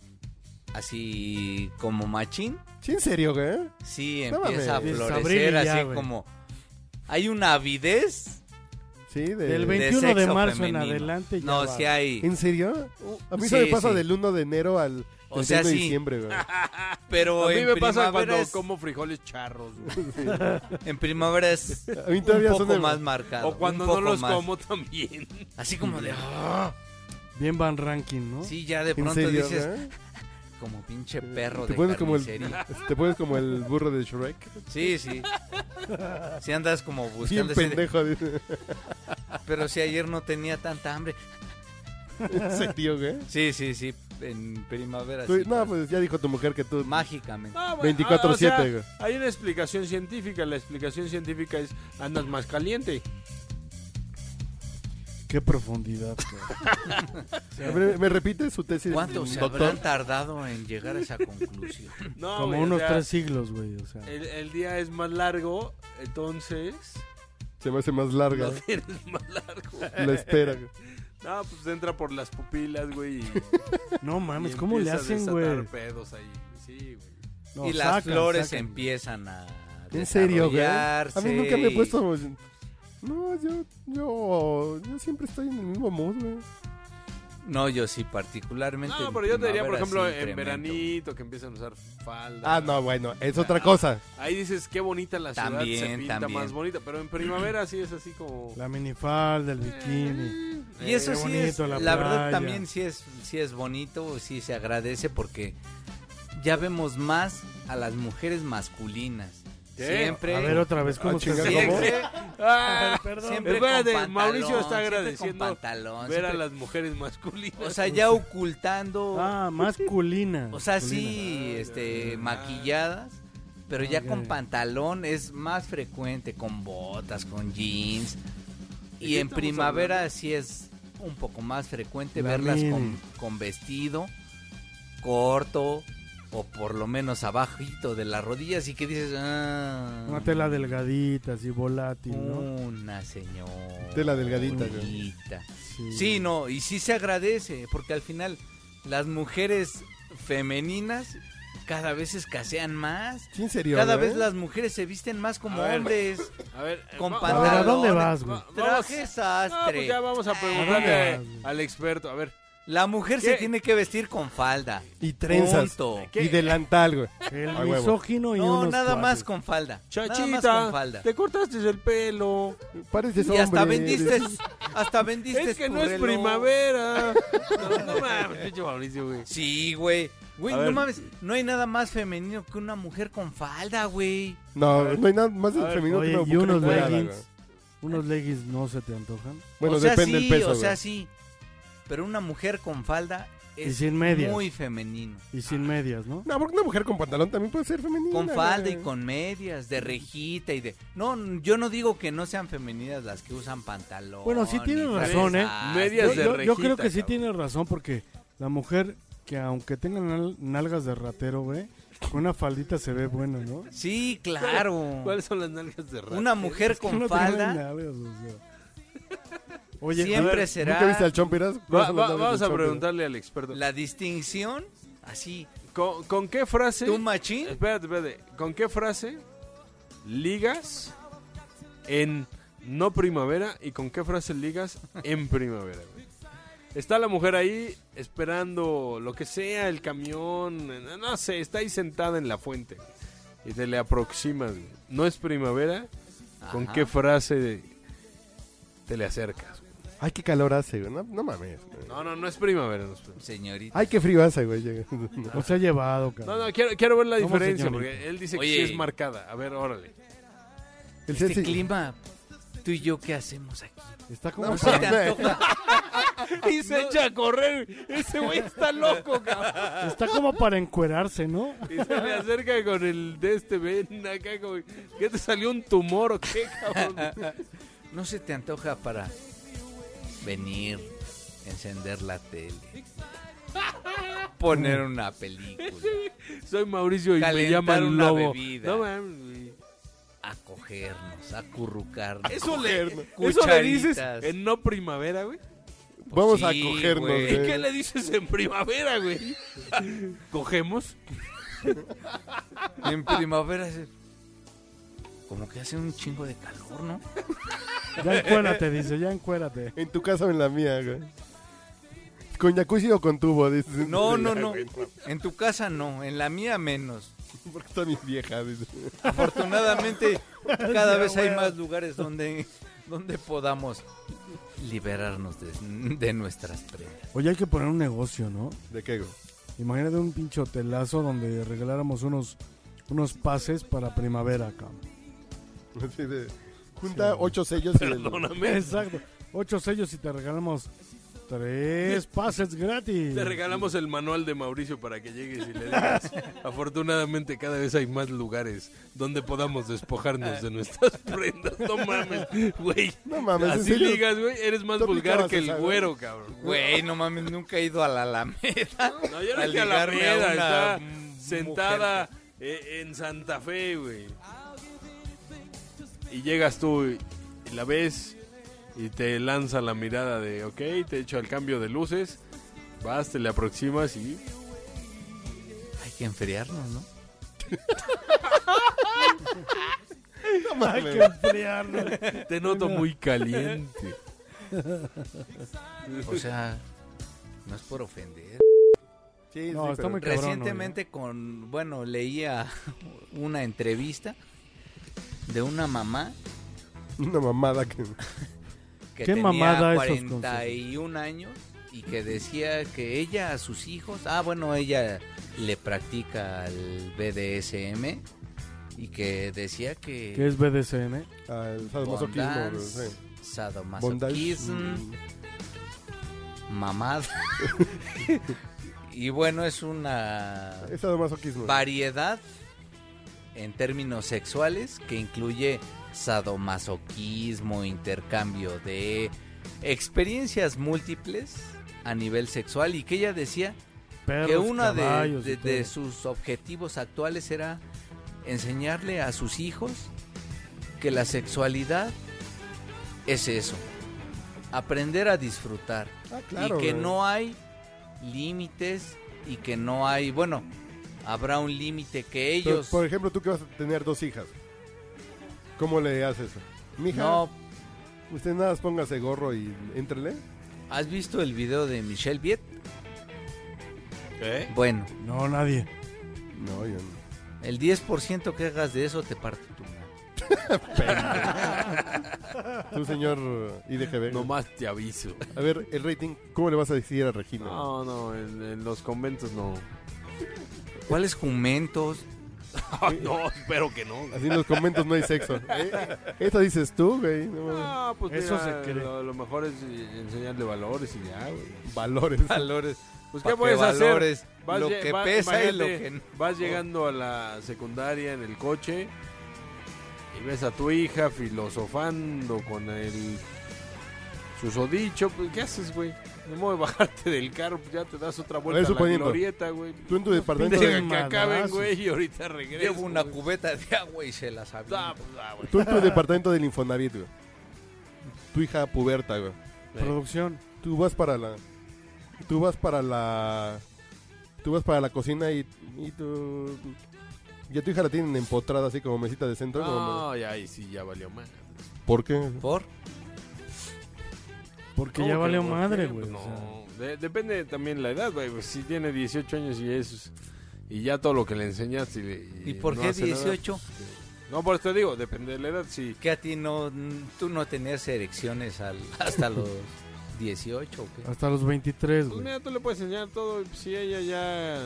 Speaker 1: así como machín,
Speaker 4: Sí, en serio, ¿eh? güey.
Speaker 1: sí
Speaker 4: No
Speaker 1: empieza a
Speaker 4: mames.
Speaker 2: Es abril
Speaker 1: florecer,
Speaker 2: y ya,
Speaker 1: así
Speaker 2: güey.
Speaker 1: como... Hay una avidez
Speaker 4: Sí, de...
Speaker 2: Del
Speaker 1: de
Speaker 2: 21 de
Speaker 1: sexo
Speaker 2: marzo en
Speaker 1: femenino.
Speaker 2: adelante ya
Speaker 1: No,
Speaker 2: va.
Speaker 1: sí hay...
Speaker 4: ¿En serio? A mí
Speaker 1: Sí,
Speaker 4: se me pasa
Speaker 1: sí.
Speaker 4: del 1 de enero al 31
Speaker 1: O sea,
Speaker 4: de
Speaker 1: sí.
Speaker 4: diciembre, güey.
Speaker 1: Pero
Speaker 5: a mí
Speaker 1: en
Speaker 5: me pasa
Speaker 1: primavera
Speaker 5: cuando
Speaker 1: es-
Speaker 5: como frijoles charros, güey.
Speaker 1: En primavera es
Speaker 4: A mí
Speaker 1: un
Speaker 4: todavía
Speaker 1: poco
Speaker 4: son de...
Speaker 1: más marcado.
Speaker 5: O cuando
Speaker 1: un
Speaker 5: no
Speaker 1: poco
Speaker 5: los
Speaker 1: más.
Speaker 5: como también.
Speaker 1: Así como de... ah,
Speaker 2: Bien van ranking, ¿no?
Speaker 1: Sí, ya de
Speaker 4: ¿En
Speaker 1: pronto
Speaker 4: serio,
Speaker 1: dices,
Speaker 4: güey?
Speaker 1: como pinche perro
Speaker 4: Te
Speaker 1: de
Speaker 4: pones como el...
Speaker 1: carnicería.
Speaker 4: Te pones como el burro de Shrek.
Speaker 1: Sí, sí. Si andas como
Speaker 4: Bien
Speaker 1: buscando... así de,
Speaker 4: pendejo, dice.
Speaker 1: pero si ayer no tenía tanta hambre.
Speaker 4: ¿En serio, güey?
Speaker 1: Sí, sí, sí. En primavera.
Speaker 4: Tú-
Speaker 1: sí,
Speaker 4: no,
Speaker 1: pasa.
Speaker 4: pues ya dijo tu mujer que tú...
Speaker 1: Mágicamente.
Speaker 5: Ah, bueno,
Speaker 4: 24/7,
Speaker 5: ah, o sea,
Speaker 4: güey.
Speaker 5: Hay una explicación científica. La explicación científica es andas más caliente.
Speaker 2: Qué profundidad, güey.
Speaker 4: A ver, ¿Me repite su tesis,
Speaker 1: ¿Cuánto se
Speaker 4: doctor?
Speaker 1: habrán tardado en llegar a esa conclusión?
Speaker 5: No,
Speaker 2: Como
Speaker 5: güey, o
Speaker 2: unos
Speaker 5: sea, eh,
Speaker 2: tres siglos, güey. O sea,
Speaker 5: El, el día es más largo, entonces
Speaker 4: Se me hace más
Speaker 5: lo
Speaker 4: larga ¿eh?
Speaker 5: tienes más largo.
Speaker 4: la espera. güey.
Speaker 5: No, pues entra por las pupilas, güey. y-
Speaker 2: no mames,
Speaker 5: y
Speaker 2: Ah, pues, ¿cómo le
Speaker 5: empieza a
Speaker 2: hacen,
Speaker 5: desatar
Speaker 2: güey?
Speaker 5: pedos ahí. Sí, güey.
Speaker 2: No,
Speaker 1: y las
Speaker 2: sacan,
Speaker 1: flores
Speaker 2: sacan.
Speaker 1: empiezan a...
Speaker 4: ¿En serio, güey? A mí
Speaker 1: desarrollarse
Speaker 4: nunca me he
Speaker 1: y-
Speaker 4: puesto... No, yo, yo, yo siempre estoy en el mismo mood, güey.
Speaker 1: No, yo sí, particularmente.
Speaker 5: No,
Speaker 1: en
Speaker 5: pero yo te diría, por
Speaker 1: primavera
Speaker 5: ejemplo,
Speaker 1: sí
Speaker 5: en
Speaker 1: incremento.
Speaker 5: veranito que empiezan a usar falda.
Speaker 4: Ah, no, bueno, es otra cosa.
Speaker 5: Ahí dices qué bonita la ciudad, se
Speaker 1: También,
Speaker 5: pinta
Speaker 1: también.
Speaker 5: más bonita, pero en primavera sí es así como
Speaker 2: La minifalda, el bikini.
Speaker 1: Y eso
Speaker 2: qué
Speaker 1: sí
Speaker 2: bonito,
Speaker 1: es, la,
Speaker 2: la
Speaker 1: verdad
Speaker 2: playa.
Speaker 1: también sí es, sí es bonito, sí se agradece porque ya vemos más a las mujeres masculinas.
Speaker 5: ¿Qué?
Speaker 1: Siempre,
Speaker 2: A ver otra vez cómo
Speaker 4: Ah,
Speaker 2: se
Speaker 4: chinga,
Speaker 2: acabó.
Speaker 5: siempre, ah,
Speaker 2: Perdón.
Speaker 1: siempre
Speaker 5: Espérate,
Speaker 1: con pantalón,
Speaker 5: Mauricio está
Speaker 1: siempre con
Speaker 5: agradeciendo
Speaker 1: pantalón,
Speaker 5: ver a
Speaker 1: siempre-
Speaker 5: las mujeres masculinas.
Speaker 1: o sea, ya ocultando,
Speaker 2: Ah, masculina.
Speaker 1: o sea,
Speaker 2: masculina.
Speaker 1: sí,
Speaker 5: Ah,
Speaker 1: este,
Speaker 5: ya.
Speaker 1: maquilladas, pero
Speaker 2: Ah,
Speaker 1: ya
Speaker 2: ya,
Speaker 1: con
Speaker 2: ya.
Speaker 1: pantalón es más frecuente, con botas, con jeans.
Speaker 5: ¿De
Speaker 1: Y
Speaker 5: qué
Speaker 1: en
Speaker 5: estamos
Speaker 1: primavera
Speaker 5: hablando?
Speaker 1: sí es un poco más frecuente
Speaker 2: La
Speaker 1: verlas
Speaker 2: mini.
Speaker 1: con, con vestido corto o por lo menos abajito de las rodillas y que dices, ah,
Speaker 2: Una tela delgadita, así volátil,
Speaker 1: Mm.
Speaker 2: ¿no?
Speaker 1: una señora.
Speaker 4: Tela delgadita, güey.
Speaker 1: bonita. Sí, no, y sí se agradece, porque al final las mujeres femeninas cada vez escasean más.
Speaker 4: Sí, en serio, ¿eh?
Speaker 1: Cada
Speaker 4: güey.
Speaker 1: vez las mujeres se visten más como
Speaker 5: A ver.
Speaker 1: hombres.
Speaker 5: A ver, eh,
Speaker 1: Con
Speaker 5: va-
Speaker 1: pantalón.
Speaker 2: Ahora,
Speaker 5: va-
Speaker 2: ¿dónde vas, güey?
Speaker 5: va- vamos-
Speaker 1: Traje
Speaker 5: Ah, pues
Speaker 1: sastre.
Speaker 5: ya vamos a
Speaker 2: ¿A
Speaker 5: preguntarle
Speaker 2: dónde vas?
Speaker 5: al experto. A ver,
Speaker 1: La mujer se
Speaker 5: ¿Qué?
Speaker 1: tiene que vestir con falda.
Speaker 4: Y trenzas.
Speaker 1: Punto.
Speaker 4: Y delantal, güey.
Speaker 2: El
Speaker 4: A huevo.
Speaker 2: misógino y
Speaker 1: No,
Speaker 2: unos
Speaker 1: nada más
Speaker 2: cuates.
Speaker 1: con falda. nada más con
Speaker 5: chachita,
Speaker 1: falda.
Speaker 5: te cortaste el pelo.
Speaker 4: Pareces
Speaker 1: Y hasta
Speaker 4: hombre.
Speaker 1: vendiste, hasta vendiste
Speaker 5: Es que
Speaker 1: tu
Speaker 5: no es
Speaker 1: reloj.
Speaker 5: primavera. No, no mames, pinche Mauricio, güey.
Speaker 1: Sí, güey. Güey,
Speaker 5: A
Speaker 1: no
Speaker 5: ver.
Speaker 1: mames, no hay nada más femenino que una mujer con falda, güey.
Speaker 4: No, no hay nada más femenino que
Speaker 2: Oye,
Speaker 4: una
Speaker 2: y
Speaker 4: mujer
Speaker 2: unos
Speaker 4: encuerada,
Speaker 2: leggings.
Speaker 4: güey.
Speaker 2: Unos leggings no se te antojan.
Speaker 4: Bueno,
Speaker 1: o sea,
Speaker 4: depende
Speaker 1: sí,
Speaker 4: del peso,
Speaker 1: o sea,
Speaker 4: güey.
Speaker 1: sí. Pero una mujer con falda
Speaker 2: Y
Speaker 1: es
Speaker 2: sin medias.
Speaker 1: muy femenino.
Speaker 2: Y sin medias, ¿no?
Speaker 4: No, porque una mujer con pantalón también puede ser femenina.
Speaker 1: Con falda y
Speaker 4: güey.
Speaker 1: con medias, de rejita y de... No, yo no digo que no sean femeninas las que usan pantalón.
Speaker 2: Bueno, sí tienes
Speaker 1: y
Speaker 2: razón, ¿eh?
Speaker 1: trenzas.
Speaker 5: Medias
Speaker 2: Yo,
Speaker 5: Es de
Speaker 2: yo- yo
Speaker 5: rejita,
Speaker 2: creo que sí
Speaker 5: cabrón.
Speaker 2: tienes razón porque la mujer que aunque tenga nal- nalgas de ratero, güey, Con una faldita se ve bueno, ¿no?
Speaker 1: Sí, claro.
Speaker 5: ¿Cuáles son las nalgas de rata?
Speaker 1: Una mujer con
Speaker 2: No tengo
Speaker 1: falda
Speaker 2: nalgas, o sea. Oye,
Speaker 1: siempre
Speaker 2: a ver,
Speaker 1: será
Speaker 4: ¿Nunca viste al Chompiras?
Speaker 5: Va-
Speaker 4: ¿Cuáles son
Speaker 5: va-
Speaker 4: las nalgas
Speaker 5: vamos
Speaker 4: del
Speaker 5: a
Speaker 4: Chompiras?
Speaker 5: preguntarle al experto.
Speaker 1: la distinción así.
Speaker 5: ¿Con, con qué frase?
Speaker 1: ¿Tú machín?
Speaker 5: Espérate, espérate. ¿Con qué frase ligas en no primavera y con qué frase ligas en primavera? güey? Está la mujer ahí esperando lo que sea, el camión, no- no sé, está ahí sentada en la fuente güey, y te le aproximas. güey. No es primavera, ¿con
Speaker 1: Ajá.
Speaker 5: qué frase te le acercas? güey?
Speaker 4: Ay, qué calor hace, güey. No, no mames. güey.
Speaker 5: No, no, no es primavera. No, es primavera.
Speaker 1: Señorita.
Speaker 4: Ay, qué frío hace, güey. Llega.
Speaker 2: O sea, llevado,
Speaker 5: no,
Speaker 2: cabrón.
Speaker 5: no, quiero, quiero ver la
Speaker 2: ¿Cómo,
Speaker 5: diferencia
Speaker 2: señorita?
Speaker 5: porque él dice que
Speaker 1: Oye.
Speaker 5: sí es marcada. A ver, órale.
Speaker 2: Ah,
Speaker 4: El
Speaker 1: Este
Speaker 4: Celsi-
Speaker 1: clima, tú y yo, ¿qué hacemos aquí?
Speaker 2: Está como...
Speaker 4: No,
Speaker 1: ¿Se te antoja?
Speaker 5: Y se echa a correr. Ese güey está loco, cabrón.
Speaker 2: Está como para encuerarse, ¿no?
Speaker 5: Y se le acerca con el de este ven acá como, ¿qué te salió un tumor o qué, cabrón?
Speaker 1: ¿No se te antoja para venir, encender la tele, poner una película,
Speaker 5: Soy Mauricio y me
Speaker 1: Calentar
Speaker 5: llaman
Speaker 1: una
Speaker 5: lobo.
Speaker 1: bebida.
Speaker 5: No mames. güey.
Speaker 1: acogernos, acurrucarnos?
Speaker 5: Eso le, eso le
Speaker 1: Cucharitas.
Speaker 5: dices en no primavera, güey.
Speaker 4: Vamos a
Speaker 1: Pues Sí,
Speaker 4: cogernos,
Speaker 1: güey.
Speaker 5: ¿Y
Speaker 4: güey.
Speaker 5: qué le dices en primavera, güey? ¿Cogemos?
Speaker 1: En primavera se- Como que hace un chingo de calor, ¿no?
Speaker 2: Ya encuérate, dice, ya encuérate.
Speaker 4: En tu casa o en la mía, güey. ¿Con jacuzzi o con tubo? Dices.
Speaker 1: No, no, no. En tu casa no, en la mía menos.
Speaker 4: Porque está mi vieja. dice.
Speaker 1: Afortunadamente, cada vez hay más lugares donde, donde podamos liberarnos de, de nuestras prendas.
Speaker 2: Oye, hay que poner un negocio, ¿no?
Speaker 4: ¿De qué, güey?
Speaker 2: Imagínate un pinche hotelazo donde regaláramos unos, unos pases para primavera, cabrón.
Speaker 4: Así de- Junta
Speaker 2: Sí.
Speaker 4: ocho sellos. y el-
Speaker 5: Perdóname.
Speaker 2: Exacto. Ocho sellos y te regalamos tres pases gratis.
Speaker 5: Te regalamos el manual de Mauricio para que llegues y le digas. Afortunadamente cada vez hay más lugares donde podamos despojarnos de nuestras prendas. No mames, güey.
Speaker 4: Ah. No mames, ¿en
Speaker 5: Así
Speaker 4: serio?
Speaker 5: ligas, güey. Eres más
Speaker 4: ¿Tú
Speaker 5: vulgar
Speaker 4: aplicabas
Speaker 5: que el
Speaker 4: esa, güey?
Speaker 5: güero, cabrón.
Speaker 1: Güey, no mames, nunca he ido a la Alameda.
Speaker 5: No, yo no
Speaker 1: A
Speaker 5: dije a la
Speaker 1: ligarme a una
Speaker 5: mierda. Está
Speaker 1: mujer.
Speaker 5: sentada eh, en Santa Fe, güey. Y llegas tú y y la ves y te lanza la mirada de, ok, te echo el cambio de luces. Vas, te le aproximas y
Speaker 1: Hay que enfriarnos, ¿no?
Speaker 2: Hay que enfriarlo.
Speaker 5: Te noto muy caliente.
Speaker 1: O sea, no es por ofender.
Speaker 4: Sí,
Speaker 2: No,
Speaker 4: sí,
Speaker 2: está
Speaker 4: pero-
Speaker 2: muy cabrón.
Speaker 1: Recientemente con, bueno, leía una entrevista de una mamá
Speaker 4: Una mamada que.
Speaker 1: que
Speaker 2: ¿Qué
Speaker 1: tenía
Speaker 2: mamada esos
Speaker 1: 41 años y que decía que ella a sus hijos, ah bueno, ella le practica el BDSM y que decía que
Speaker 2: ¿Qué es BDSM?
Speaker 4: Al sadomasoquismo, güey,
Speaker 1: bondage,
Speaker 4: sí. Bondage.
Speaker 1: sadomasoquismo,
Speaker 4: mm,
Speaker 1: mamada. y bueno, es una
Speaker 4: Es sadomasoquismo.
Speaker 1: variedad en términos sexuales que incluye sadomasoquismo, intercambio de experiencias múltiples a nivel sexual y que ella decía
Speaker 2: Perros,
Speaker 1: que uno de,
Speaker 2: caballos y
Speaker 1: de- de
Speaker 2: todo.
Speaker 1: sus objetivos actuales era enseñarle a sus hijos que la sexualidad es eso, aprender a disfrutar
Speaker 4: Ah, claro.
Speaker 1: y que
Speaker 4: güey.
Speaker 1: no hay límites y que no hay, bueno, habrá un límite que
Speaker 4: Pero,
Speaker 1: ellos
Speaker 4: Por ejemplo, tú que vas a tener dos hijas. ¿Cómo le haces? Mija,
Speaker 1: no.
Speaker 4: usted nada más póngase gorro y entrele.
Speaker 1: ¿Has visto el video de Michelle Viet?
Speaker 5: ¿Eh?
Speaker 1: Bueno,
Speaker 2: No, nadie.
Speaker 4: No, yo no.
Speaker 1: el 10% que hagas de eso te parte tu madre.
Speaker 4: Tú, señor IDGB.
Speaker 5: Nomás te aviso.
Speaker 4: A ver, el rating, ¿cómo le vas a decir a Regina?
Speaker 5: No, no, en, en los conventos no.
Speaker 1: ¿Cuáles jumentos?
Speaker 5: Ah, no, espero que no.
Speaker 4: Así en los comentos no hay sexo. Eh, Esto dices tú, güey. no mames.
Speaker 5: No, pues
Speaker 2: Eso
Speaker 5: mira,
Speaker 2: se cree.
Speaker 5: Lo, lo mejor es eh, enseñarle valores y ya, güey.
Speaker 4: Valores.
Speaker 1: Valores.
Speaker 5: Pues,
Speaker 1: Pa'
Speaker 5: ¿qué
Speaker 1: que
Speaker 5: puedes hacer?
Speaker 1: valores lo
Speaker 5: lle-
Speaker 1: que
Speaker 5: va-
Speaker 1: pesa y lo
Speaker 5: imagínate,
Speaker 1: que no.
Speaker 5: Vas llegando a la secundaria en el coche y ves a tu hija filosofando con el susodicho. Pues, ¿Qué haces, güey? No me voy a bajarte del carro, pues, ya te das otra vuelta
Speaker 4: ver,
Speaker 5: a, la
Speaker 4: suponiendo.
Speaker 5: glorieta, güey.
Speaker 4: Tú en tu departamento de,
Speaker 5: Deja que acaben,
Speaker 2: madrazos.
Speaker 5: güey, y ahorita regreso.
Speaker 1: Llevo una
Speaker 5: güey.
Speaker 1: cubeta de agua y se las
Speaker 5: Ah,
Speaker 1: aviento.
Speaker 5: pues, ah, güey.
Speaker 4: tú en tu departamento del Infonavit, güey. Tu hija puberta, güey.
Speaker 2: Producción.
Speaker 4: Tú vas para la. Tú vas para la. Tú vas para la cocina y. Y tu. Y a tu hija la tienen empotrada así como mesita de centro. como-
Speaker 5: No, ya ahí sí ya valió más.
Speaker 4: ¿Por qué?
Speaker 1: ¿Por?
Speaker 2: Porque ya valió madre,
Speaker 1: Pues
Speaker 2: güey.
Speaker 5: No,
Speaker 2: o sea.
Speaker 5: de- depende también la edad, güey. pues, si tiene 18 años y eso es- y ya todo lo que le enseñaste y, le-
Speaker 1: ¿Y por
Speaker 5: no
Speaker 1: qué
Speaker 5: hace nada.
Speaker 1: 18?
Speaker 5: No, por eso te digo, depende de la edad, si
Speaker 1: Que a ti no, tú no tenías erecciones al- hasta los 18 o qué.
Speaker 2: Hasta los 23,
Speaker 5: Pues
Speaker 2: güey.
Speaker 5: mira, tú le puedes enseñar todo y pues, si ella ya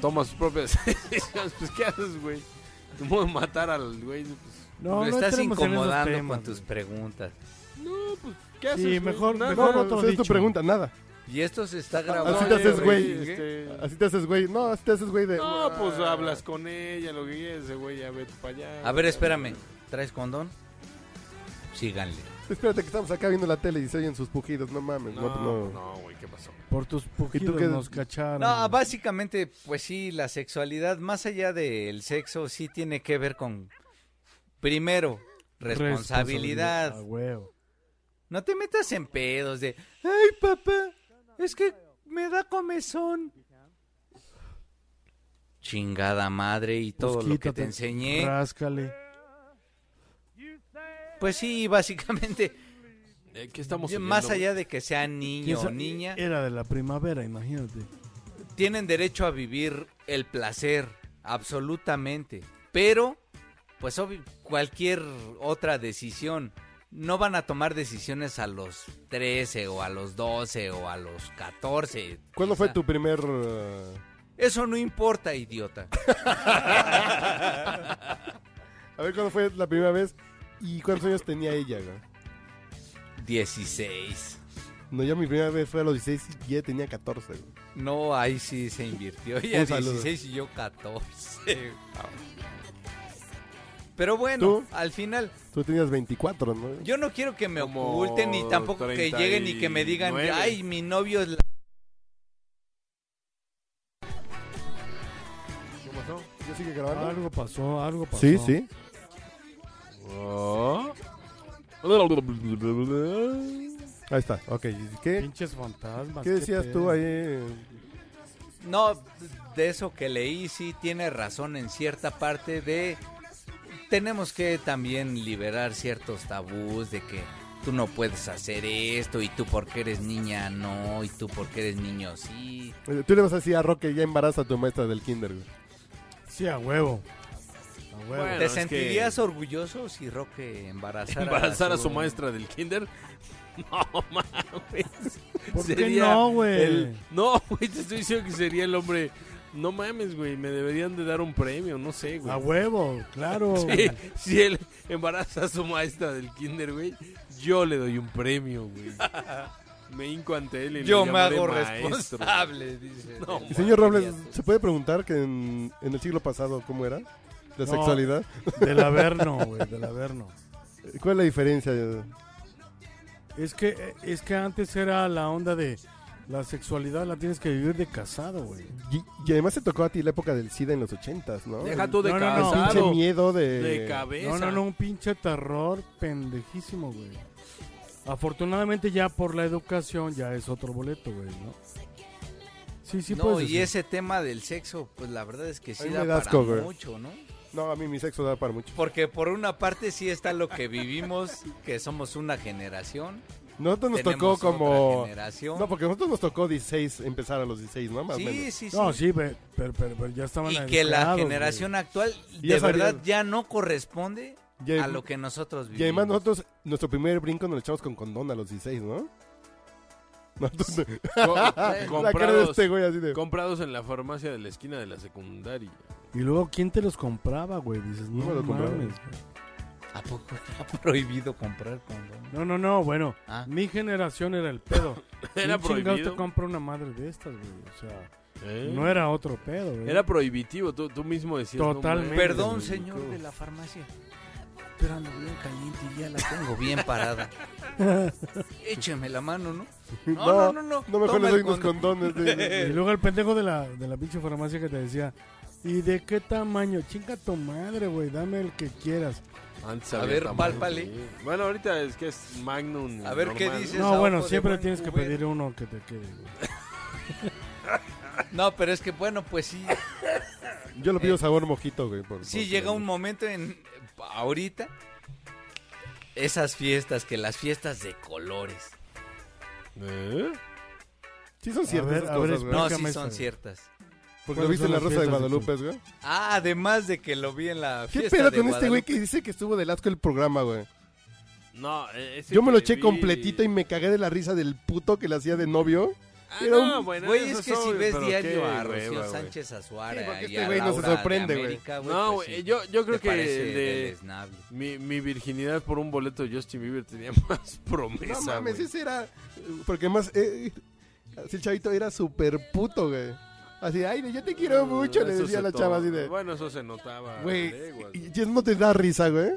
Speaker 5: toma sus propias decisiones, pues ¿qué haces, güey? Te puedo matar al güey. Pues,
Speaker 2: No, no
Speaker 1: Lo estás
Speaker 2: entremos en esos
Speaker 1: incomodando
Speaker 2: temas,
Speaker 1: con tus
Speaker 2: güey.
Speaker 1: preguntas.
Speaker 5: no, pues ¿qué haces? güey?
Speaker 2: mejor-
Speaker 5: Nada.
Speaker 2: mejor
Speaker 4: No,
Speaker 2: otro
Speaker 4: esa es tu
Speaker 2: dicho.
Speaker 4: pregunta, nada.
Speaker 1: Y esto se está grabando.
Speaker 4: Así te haces,
Speaker 1: ¿eh?
Speaker 4: güey.
Speaker 5: este,
Speaker 4: Así te haces, güey. No, así te haces, güey. De...
Speaker 5: No, pues hablas con ella, lo que quieras, ese güey, ya vete para allá.
Speaker 1: A ver, espérame. ¿Traes condón? Síganle.
Speaker 4: Espérate que estamos acá viendo la tele y se oyen sus pujidos. No mames. No, pues, no.
Speaker 5: No, no, güey, ¿qué pasó?
Speaker 2: Por tus pujitos
Speaker 4: qué-
Speaker 2: nos cacharon.
Speaker 1: No,
Speaker 2: güey.
Speaker 1: básicamente, pues sí, la sexualidad, más allá del sexo, sí tiene que ver con, primero, responsabilidad.
Speaker 2: Ah, huevo.
Speaker 1: No te metas en pedos de, ay papá, es que me da comezón. Chingada madre y todo
Speaker 2: Pues
Speaker 1: lo que
Speaker 2: quítate,
Speaker 1: te enseñé.
Speaker 2: Ráscale.
Speaker 1: Pues sí, básicamente,
Speaker 5: Eh, ¿Qué estamos oyendo,
Speaker 1: más
Speaker 5: güey?
Speaker 1: allá de que sea niño o
Speaker 2: Esa
Speaker 1: niña,
Speaker 4: eh,
Speaker 2: Era de la primavera, imagínate.
Speaker 1: tienen derecho a vivir el placer, absolutamente. Pero, pues obvi- cualquier otra decisión, no van a tomar decisiones a los 13 o a los 12 o a los 14.
Speaker 4: ¿Cuándo
Speaker 1: quizá.
Speaker 4: fue tu primer. eh,
Speaker 1: Eso no importa, idiota.
Speaker 4: A ver, ¿cuándo fue la primera vez? ¿Y cuántos años tenía ella, güey?
Speaker 1: 16.
Speaker 4: No, yo mi primera vez fue a los 16 y ya tenía 14, güey.
Speaker 1: No, ahí sí se invirtió. Ella
Speaker 4: Un saludo.
Speaker 1: 16 y yo 14. Pero bueno,
Speaker 4: ¿Tú?
Speaker 1: al final,
Speaker 4: Tú tenías 24, ¿no?
Speaker 1: yo no quiero que me
Speaker 5: Como
Speaker 1: oculten ni tampoco que lleguen y que me digan,
Speaker 5: 39.
Speaker 1: ay, mi novio es la...
Speaker 4: ¿Qué pasó? ¿Yo sigue grabando?
Speaker 2: Algo pasó, algo pasó.
Speaker 4: sí, sí.
Speaker 5: Oh.
Speaker 4: Ahí está, ok. ¿Qué,
Speaker 2: Pinches fantasmas.
Speaker 4: qué decías
Speaker 2: pedo.
Speaker 4: tú ahí? Eh,
Speaker 1: No, de eso que leí sí tiene razón en cierta parte de... Tenemos que también liberar ciertos tabús de que tú no puedes hacer esto y tú porque eres niña no y tú porque eres niño sí.
Speaker 4: Eh, Tú le vas a decir a Roque, ya embaraza a tu maestra del kinder, güey.
Speaker 2: Sí, a huevo. A huevo.
Speaker 5: Bueno.
Speaker 1: ¿Te
Speaker 5: es que-
Speaker 1: sentirías orgulloso si Roque embarazara,
Speaker 5: Embarazar a su maestra del kinder. No mames.
Speaker 2: ¿Por qué
Speaker 5: Sería
Speaker 2: no, güey?
Speaker 5: el- No, güey, te estoy diciendo que sería el hombre. No mames, güey, me deberían de dar un premio, no sé,
Speaker 2: A
Speaker 5: güey.
Speaker 2: huevo, claro.
Speaker 5: Sí, si él embaraza a su maestra del kinder, güey, yo le doy un premio, güey. Me hinco ante él y
Speaker 1: Yo
Speaker 5: le
Speaker 1: me
Speaker 5: llamaré
Speaker 1: hago
Speaker 5: maestro.
Speaker 1: responsable, dice.
Speaker 5: No,
Speaker 4: Y Señor Robles,
Speaker 5: mames,
Speaker 4: ¿se puede preguntar que en, en el siglo pasado cómo era?
Speaker 2: No.
Speaker 4: La sexualidad.
Speaker 2: Del Averno, güey, del Averno.
Speaker 4: ¿Cuál es la diferencia? eh?
Speaker 2: Es que, es que antes era la onda de la sexualidad la tienes que vivir de casado, güey.
Speaker 4: Y, y además se tocó a ti la época del SIDA en los 80s, ¿no?
Speaker 5: Deja tú de
Speaker 2: No, no, no.
Speaker 5: casado,
Speaker 4: Pinche miedo de...
Speaker 5: de cabeza.
Speaker 2: No, no, no, un pinche terror pendejísimo, güey. Afortunadamente ya por la educación ya es otro boleto, güey, ¿no? Sí, sí,
Speaker 1: no,
Speaker 2: pues.
Speaker 1: y ese tema del sexo, pues la verdad es que
Speaker 4: A
Speaker 1: sí
Speaker 4: mí
Speaker 1: da
Speaker 4: me da
Speaker 1: para
Speaker 4: asco, güey.
Speaker 1: mucho, ¿no?
Speaker 4: No, a mí mi sexo da para mucho.
Speaker 1: Porque por una parte sí está lo que vivimos, que somos una generación.
Speaker 4: Nosotros nos
Speaker 1: tenemos
Speaker 4: tocó
Speaker 1: otra
Speaker 4: como...
Speaker 1: generación.
Speaker 4: No, porque nosotros nos tocó 16, empezar a los 16, ¿no? Más o
Speaker 1: sí,
Speaker 4: menos.
Speaker 1: sí, sí.
Speaker 2: No, sí, güey, pero, pero- pero ya estaban
Speaker 1: y que la
Speaker 2: educados, güey.
Speaker 1: generación actual
Speaker 4: Y ya
Speaker 1: de verdad
Speaker 4: sabían.
Speaker 1: ya no corresponde
Speaker 4: Y adem-
Speaker 1: a lo que nosotros vivimos.
Speaker 4: Y además nosotros, nuestro primer brinco nos lo echamos con condón a los 16, ¿no? Nosotros-
Speaker 5: Co-
Speaker 4: la cara de
Speaker 5: comprados,
Speaker 4: este güey así de...
Speaker 5: comprados en la farmacia de la esquina de la secundaria.
Speaker 2: Y luego, ¿quién te los compraba, güey? Dices, no,
Speaker 4: me lo
Speaker 2: mames,
Speaker 4: compraba.
Speaker 2: güey.
Speaker 1: ¿A poco era prohibido comprar condón?
Speaker 2: No, no, no, bueno.
Speaker 1: Ah.
Speaker 2: Mi generación era el pedo.
Speaker 5: Era
Speaker 2: ¿Quién chingados
Speaker 5: prohibido.
Speaker 2: te compra una madre de estas, güey? O sea,
Speaker 5: ¿Eh?
Speaker 2: no era otro pedo, güey.
Speaker 5: Era prohibitivo, tú, tú mismo decías. no
Speaker 2: Totalmente.
Speaker 5: mames,
Speaker 1: Perdón,
Speaker 5: güey,
Speaker 1: señor
Speaker 5: ¿cómo?
Speaker 1: de la farmacia. pero ando bien caliente y ya la tengo bien parada. Écheme la mano, ¿no? No, no, no, no.
Speaker 4: No mejor
Speaker 1: toma
Speaker 4: les
Speaker 1: el
Speaker 4: doy unos
Speaker 1: condón.
Speaker 4: condones. sí, sí,
Speaker 2: Y luego el pendejo de la, de la pinche farmacia que te decía, ¿y de qué tamaño? Chinga tu madre, güey, dame el que quieras.
Speaker 5: Antes
Speaker 1: A
Speaker 5: había
Speaker 1: ver,
Speaker 5: tamaño,
Speaker 1: pálpale.
Speaker 5: sí. Bueno, ahorita es que es Magnum. y
Speaker 1: A ver, ¿qué
Speaker 5: normal,
Speaker 1: dices?
Speaker 5: ¿no?
Speaker 1: a
Speaker 2: No, bueno,
Speaker 1: ojo de
Speaker 2: siempre
Speaker 1: buen
Speaker 2: tienes que
Speaker 1: cubero.
Speaker 2: pedir uno que te quede, güey.
Speaker 1: No, pero es que bueno, pues sí,
Speaker 4: sí. Yo lo pido sabor mojito, güey. por-
Speaker 1: sí
Speaker 4: por-
Speaker 1: llega un momento en ahorita esas fiestas que las fiestas de colores.
Speaker 5: ¿Eh?
Speaker 4: Sí son ciertas
Speaker 2: A ver,
Speaker 4: esas
Speaker 2: a
Speaker 4: cosas,
Speaker 2: ver,
Speaker 4: güey.
Speaker 1: No, sí
Speaker 2: Explícame
Speaker 1: son
Speaker 2: eso.
Speaker 1: ciertas.
Speaker 4: Porque lo viste en la Rosa de
Speaker 2: ¿Cuáles son las
Speaker 4: Guadalupe, güey.
Speaker 1: Ah, además de que lo vi en la
Speaker 4: ¿Qué
Speaker 1: fiesta
Speaker 4: pedo
Speaker 1: de
Speaker 4: con este güey
Speaker 1: Guadalupe.
Speaker 4: que dice que estuvo del asco el programa, güey?
Speaker 5: No, eh, ese
Speaker 4: Yo me lo
Speaker 5: que
Speaker 4: eché
Speaker 5: vi-
Speaker 4: completito y me cagué de la risa del puto que le hacía de novio.
Speaker 5: Ah,
Speaker 4: Era un-
Speaker 5: no, bueno,
Speaker 1: Güey,
Speaker 5: eso
Speaker 1: es que
Speaker 5: son-
Speaker 1: si ves
Speaker 5: pero
Speaker 1: diario
Speaker 5: qué
Speaker 1: a
Speaker 5: hueva,
Speaker 1: Rocío
Speaker 5: güey.
Speaker 1: Sánchez Azuara
Speaker 4: Sí, porque
Speaker 1: y
Speaker 4: este
Speaker 1: a
Speaker 4: güey no se
Speaker 1: Laura de
Speaker 4: sorprende, güey.
Speaker 1: América,
Speaker 5: No,
Speaker 1: pues
Speaker 5: güey,
Speaker 1: sí,
Speaker 5: yo- yo creo
Speaker 1: te
Speaker 5: que
Speaker 1: parece
Speaker 5: el de-
Speaker 1: deleznable.
Speaker 5: Mi, mi virginidad por un boleto de Justin Bieber tenía más promesa.
Speaker 4: No mames,
Speaker 5: güey.
Speaker 4: ese era. eh, Porque más. eh, así el chavito era súper puto, güey. Así, ay, yo te quiero mucho, le
Speaker 5: Uh, Mm, Eso
Speaker 4: decía a
Speaker 5: se
Speaker 4: la
Speaker 5: to-
Speaker 4: chava así de.
Speaker 5: Bueno, eso se notaba. a
Speaker 4: Güey,
Speaker 5: leguas,
Speaker 4: y y no te da risa, güey.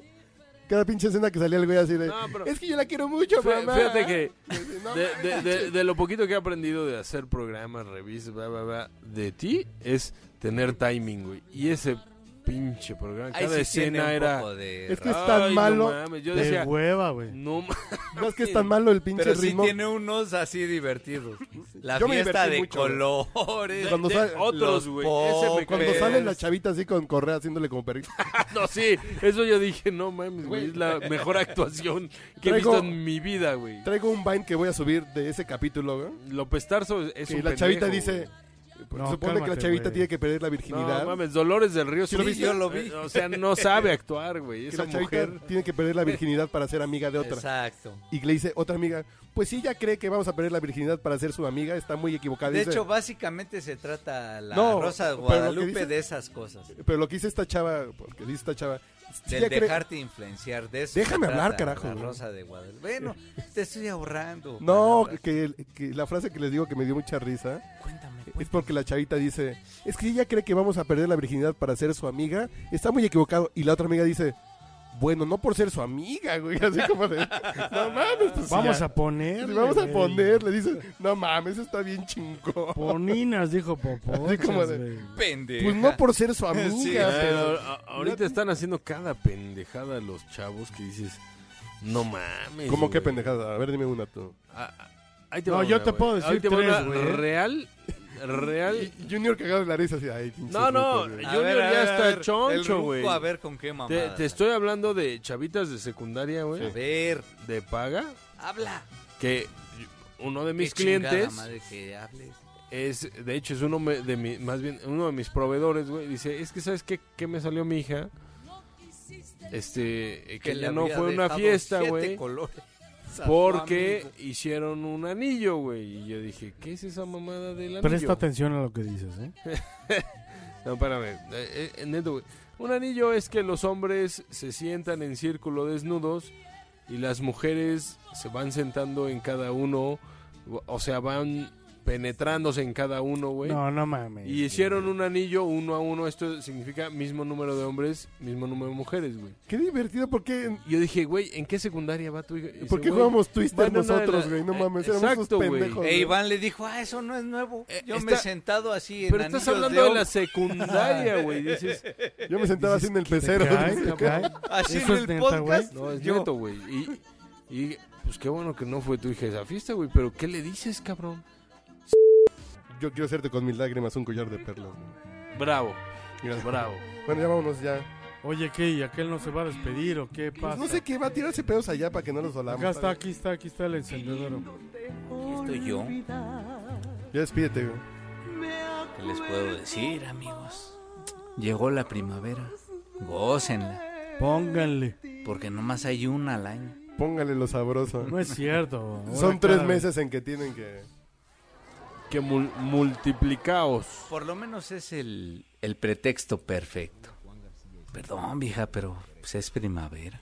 Speaker 4: Cada pinche escena que salía el güey así de.
Speaker 5: No, pero-
Speaker 4: Es que yo la quiero mucho,
Speaker 5: Fí-
Speaker 4: mamá.
Speaker 5: Fíjate que
Speaker 4: No
Speaker 5: de,
Speaker 4: mames.
Speaker 5: de- de- de lo poquito que he aprendido de hacer programas, revistas, bla, bla, bla, de ti es tener timing, güey. Y ese pinche programa,
Speaker 1: Ahí
Speaker 5: cada
Speaker 1: sí tiene
Speaker 5: escena
Speaker 1: un
Speaker 5: era...
Speaker 1: poco de
Speaker 4: Es que
Speaker 1: rap,
Speaker 4: es tan
Speaker 5: Ay,
Speaker 4: malo.
Speaker 5: No mames. Yo
Speaker 2: De
Speaker 5: decía,
Speaker 2: hueva, güey.
Speaker 5: no mames.
Speaker 4: No es que es tan malo el pinche
Speaker 1: pero sí
Speaker 4: ritmo.
Speaker 1: tiene unos así divertidos. La
Speaker 4: Yo me
Speaker 1: fiesta
Speaker 4: divertí
Speaker 1: de
Speaker 4: mucho,
Speaker 1: colores.
Speaker 4: Cuando
Speaker 5: de
Speaker 4: sale-
Speaker 5: otros,
Speaker 1: los
Speaker 5: güey. Ese me
Speaker 4: Cuando
Speaker 5: cae.
Speaker 4: sale la chavita así con correa haciéndole como perrito.
Speaker 5: No, sí, eso yo dije, no mames, güey, es la mejor actuación que he
Speaker 4: Traigo-
Speaker 5: visto en mi vida, güey.
Speaker 4: Traigo un bind que voy a subir de ese capítulo, güey.
Speaker 5: López Tarso es
Speaker 4: Que
Speaker 5: un
Speaker 4: la chavita
Speaker 5: pendejo,
Speaker 4: dice. pues,
Speaker 5: güey.
Speaker 2: No,
Speaker 4: supone que la
Speaker 2: cálmate,
Speaker 4: chavita
Speaker 2: güey.
Speaker 4: tiene que perder la
Speaker 5: No
Speaker 4: virginidad.
Speaker 5: mames, Dolores del Río.
Speaker 1: ¿Sí lo viste? Yo lo vi.
Speaker 5: Eh, O sea, no sabe actuar, güey.
Speaker 4: que
Speaker 5: Esa
Speaker 4: la
Speaker 5: mujer.
Speaker 4: chavita tiene que perder la virginidad para ser amiga de otra.
Speaker 1: Exacto.
Speaker 4: Y le dice otra amiga, pues si ella cree que vamos a perder la virginidad para ser su amiga, está muy equivocada.
Speaker 1: De
Speaker 4: Ah, Dice,
Speaker 1: hecho, básicamente se trata la
Speaker 4: No,
Speaker 1: Rosa de
Speaker 4: pero lo que
Speaker 1: Guadalupe
Speaker 4: dice-
Speaker 1: de esas cosas.
Speaker 4: pero lo que dice esta chava, porque dice esta chava, si
Speaker 1: Del
Speaker 4: ella cree-
Speaker 1: dejarte influenciar de eso.
Speaker 4: Déjame
Speaker 1: se
Speaker 4: hablar,
Speaker 1: trata
Speaker 4: carajo,
Speaker 1: La
Speaker 4: güey.
Speaker 1: Rosa de Guadalupe. Bueno, te estoy ahorrando.
Speaker 4: No,
Speaker 1: palabras.
Speaker 4: que, que la frase que les digo que me dio mucha risa
Speaker 1: Cuéntame.
Speaker 4: es porque la chavita dice, es que si ella cree que vamos a perder la virginidad para ser su amiga, está muy equivocado. Y la otra amiga dice, bueno, no por ser su amiga, güey, así como de, no mames, pues
Speaker 2: Vamos
Speaker 4: ya".
Speaker 2: a poner.
Speaker 4: Le Vamos a poner, le dice, no mames, está bien chingón.
Speaker 2: Poninas, dijo Popó.
Speaker 4: Así como de-
Speaker 1: Pendeja.
Speaker 4: Pues no por ser su amiga,
Speaker 1: Sí, eh,
Speaker 4: pero...
Speaker 5: Pero a- ahorita están haciendo cada pendejada los chavos que dices, no mames.
Speaker 4: ¿Cómo qué
Speaker 5: güey.
Speaker 4: pendejada? A ver, dime una tú.
Speaker 5: Ah, ah, ahí te
Speaker 2: No,
Speaker 5: va
Speaker 2: yo
Speaker 5: una,
Speaker 2: te
Speaker 5: güey.
Speaker 2: puedo decir
Speaker 5: Ahí te va
Speaker 2: tres,
Speaker 5: una
Speaker 2: güey.
Speaker 5: Real, real.
Speaker 4: Y Junior cagado de la risa así, ay, pinche
Speaker 5: No, no,
Speaker 4: puto, güey.
Speaker 1: A
Speaker 5: Junior
Speaker 1: ver, a
Speaker 5: ya
Speaker 1: ver,
Speaker 5: está
Speaker 1: a ver,
Speaker 5: choncho,
Speaker 1: el ruco,
Speaker 5: güey.
Speaker 1: A ver con qué
Speaker 5: Te,
Speaker 1: mamada.
Speaker 5: te estoy hablando de chavitas de secundaria,
Speaker 1: A
Speaker 5: güey.
Speaker 1: ver,
Speaker 5: De paga.
Speaker 1: habla.
Speaker 5: Que uno de mis
Speaker 1: Qué chingada
Speaker 5: clientes.
Speaker 1: madre que hables.
Speaker 5: Es, de hecho, es uno me- de mi, más bien uno de mis proveedores, güey. Dice, es que sabes qué, qué me salió mi hija. Este, eh, que,
Speaker 1: le
Speaker 5: ya no
Speaker 1: había
Speaker 5: fue una
Speaker 1: dejado
Speaker 5: fiesta,
Speaker 1: siete
Speaker 5: güey.
Speaker 1: colores a tu
Speaker 5: Porque
Speaker 1: amigo.
Speaker 5: hicieron un anillo, güey. Y yo dije, ¿qué es esa mamada del anillo?
Speaker 2: Presta atención a lo que dices, ¿eh?
Speaker 5: No, espérame. Eh, eh, neto, güey. Un anillo es que los hombres se sientan en círculo desnudos y las mujeres se van sentando en cada uno. o- O sea, van penetrándose en cada uno, güey.
Speaker 2: No, no mames.
Speaker 4: Este,
Speaker 5: Y hicieron un anillo uno a uno. Esto significa mismo número de hombres, mismo número de mujeres, güey.
Speaker 4: Qué divertido, ¿por qué,
Speaker 5: Yo dije, güey, ¿en qué secundaria va tu hija? Y dice,
Speaker 4: ¿por qué
Speaker 5: güey,
Speaker 4: jugamos Twister
Speaker 5: bueno, una de
Speaker 4: nosotros,
Speaker 5: la-
Speaker 4: güey? No
Speaker 5: eh,
Speaker 4: mames, éramos
Speaker 5: exacto,
Speaker 4: unos
Speaker 5: güey.
Speaker 4: pendejos.
Speaker 1: E
Speaker 4: güey.
Speaker 1: Iván le dijo, ah, eso no es nuevo.
Speaker 5: Eh,
Speaker 1: Yo me he
Speaker 5: está-
Speaker 1: sentado así en
Speaker 5: Pero
Speaker 1: anillos
Speaker 5: estás hablando de,
Speaker 1: oro.
Speaker 5: la secundaria, güey. Dices,
Speaker 4: Yo me sentaba así en el pecero.
Speaker 2: cae,
Speaker 4: dice,
Speaker 2: te cae.
Speaker 1: Así
Speaker 2: Eso
Speaker 1: en
Speaker 2: es
Speaker 1: el
Speaker 2: neta,
Speaker 1: podcast.
Speaker 5: no, es
Speaker 1: yo,
Speaker 5: neto, güey. Y, y, pues qué bueno que no fue tu hija esa fiesta, güey. Pero ¿qué le dices, cabrón?
Speaker 4: Yo quiero hacerte con mis lágrimas un collar de perlas. güey.
Speaker 5: Bravo,
Speaker 4: Gracias.
Speaker 5: bravo.
Speaker 4: Bueno, ya vámonos ya.
Speaker 2: Oye, ¿qué? ¿Y aquel no se va a despedir o qué
Speaker 4: Pues
Speaker 2: pasa?
Speaker 4: no sé qué, va a tirarse pedos allá para que no los solamos.
Speaker 2: Acá está, aquí está, aquí está el encendedor.
Speaker 1: estoy yo.
Speaker 4: Ya despídete, güey.
Speaker 1: ¿Qué les puedo decir, amigos? Llegó la primavera. Gócenla.
Speaker 2: Pónganle.
Speaker 1: Porque nomás hay una al año.
Speaker 4: Póngale lo sabroso.
Speaker 2: No es cierto. ahora
Speaker 4: Son tres
Speaker 2: cada-
Speaker 4: meses en que tienen que...
Speaker 5: Que mul- multiplicaos.
Speaker 1: Por lo menos es el, el pretexto perfecto. Perdón, vieja, pero pues, es primavera.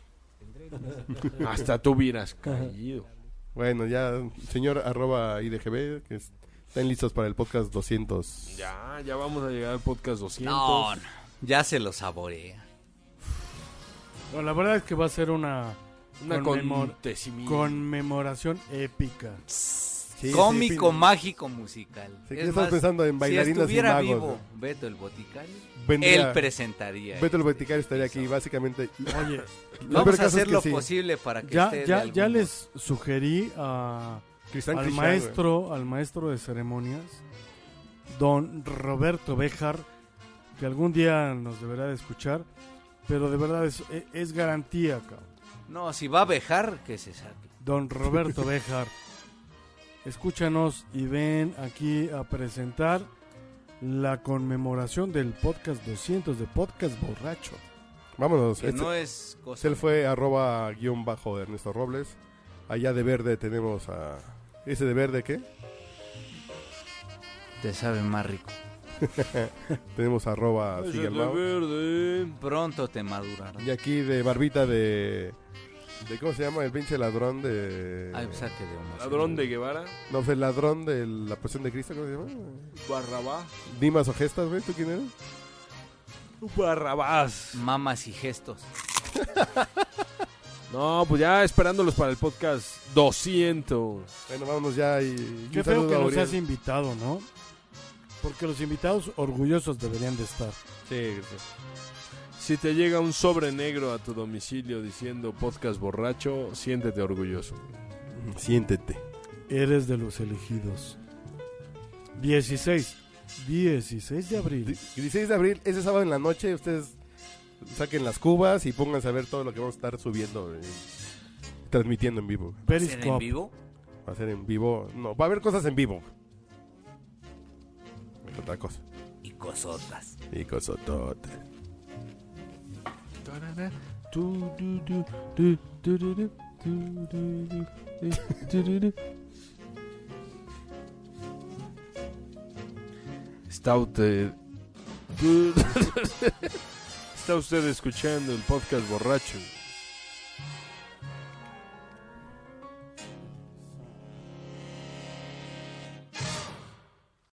Speaker 5: Hasta tú hubieras caído.
Speaker 4: Bueno, ya, señor arroba IDGB, que es- están listos para el podcast 200.
Speaker 5: Ya,
Speaker 4: pues.
Speaker 5: ya vamos a llegar al podcast 200.
Speaker 1: No, no, ya se lo saborea.
Speaker 2: No, la verdad es que va a ser una
Speaker 5: Una
Speaker 2: Conmemor-
Speaker 5: acontecimiento.
Speaker 2: conmemoración épica.
Speaker 4: Sí,
Speaker 1: Cómico,
Speaker 4: sí, fin-
Speaker 1: mágico, musical.
Speaker 4: Sí,
Speaker 1: Es
Speaker 4: ¿qué estás
Speaker 1: más,
Speaker 4: pensando en bailarinas
Speaker 1: Si
Speaker 4: y
Speaker 1: estuviera
Speaker 4: magos,
Speaker 1: vivo
Speaker 4: güey?
Speaker 1: Beto el Boticario,
Speaker 4: Vendría-
Speaker 1: él presentaría.
Speaker 4: Beto el
Speaker 1: este
Speaker 4: Boticario estaría aquí,
Speaker 1: episodio.
Speaker 4: básicamente.
Speaker 2: Oye,
Speaker 4: Lo peor
Speaker 1: Vamos a
Speaker 4: caso es
Speaker 1: hacer
Speaker 4: que
Speaker 1: lo
Speaker 4: sí.
Speaker 1: posible para que
Speaker 2: ya,
Speaker 1: esté de
Speaker 2: ya, ya
Speaker 1: algún-
Speaker 2: les sugerí a,
Speaker 4: Cristian
Speaker 2: al
Speaker 4: Cristian,
Speaker 2: maestro, al maestro de ceremonias, don Roberto Bejar, que algún día nos deberá de escuchar, pero de verdad es, e- es garantía, cabrón.
Speaker 1: No, si va a vejar, que se saque.
Speaker 2: Don Roberto Bejar, escúchanos y ven aquí a presentar la conmemoración del podcast 200 de Podcast Borracho.
Speaker 4: güey. Vámonos.
Speaker 1: Que
Speaker 4: Este-
Speaker 1: no es cosa.
Speaker 4: Él fue arroba guión bajo Ernesto Robles. Allá de verde tenemos a... ¿Ese de verde qué?
Speaker 1: Te sabe más rico.
Speaker 4: Tenemos arroba
Speaker 5: Ese
Speaker 4: sigue al
Speaker 5: de
Speaker 4: Mau.
Speaker 5: verde.
Speaker 1: Pronto te madurará.
Speaker 4: Y aquí de barbita de... de ¿Cómo se llama? El pinche ladrón de...
Speaker 1: Ay, pues, saque de homo.
Speaker 5: Ladrón de Guevara.
Speaker 4: No, fue el ladrón de la pasión de Cristo, ¿cómo se llama?
Speaker 5: Barrabás.
Speaker 4: Dimas Ogestas, güey, ¿tú quién eres?
Speaker 5: Barrabás.
Speaker 1: Mamas y gestos.
Speaker 5: No, pues ya esperándolos para el podcast 200.
Speaker 4: Bueno, vámonos ya y... y
Speaker 2: Qué feo
Speaker 4: un saludo
Speaker 2: que
Speaker 4: a
Speaker 2: no
Speaker 4: Uriel.
Speaker 2: seas invitado, ¿no? Porque los invitados orgullosos deberían de estar.
Speaker 4: Sí, gracias.
Speaker 5: Si te llega un sobre negro a tu domicilio diciendo podcast borracho, siéntete orgulloso.
Speaker 4: Siéntete.
Speaker 2: Eres de los elegidos. 16. 16 de abril.
Speaker 4: 16 de abril, ese sábado en la noche, ustedes saquen las cubas y pónganse a ver todo lo que vamos a estar subiendo, eh, transmitiendo en vivo.
Speaker 1: ¿Será en
Speaker 2: Periscope.
Speaker 1: vivo?
Speaker 4: Va a ser en vivo. No, va a haber cosas en vivo. Otra cosa.
Speaker 1: Y cosotas.
Speaker 4: Y cosotote.
Speaker 5: Está usted. Está usted escuchando el podcast borracho.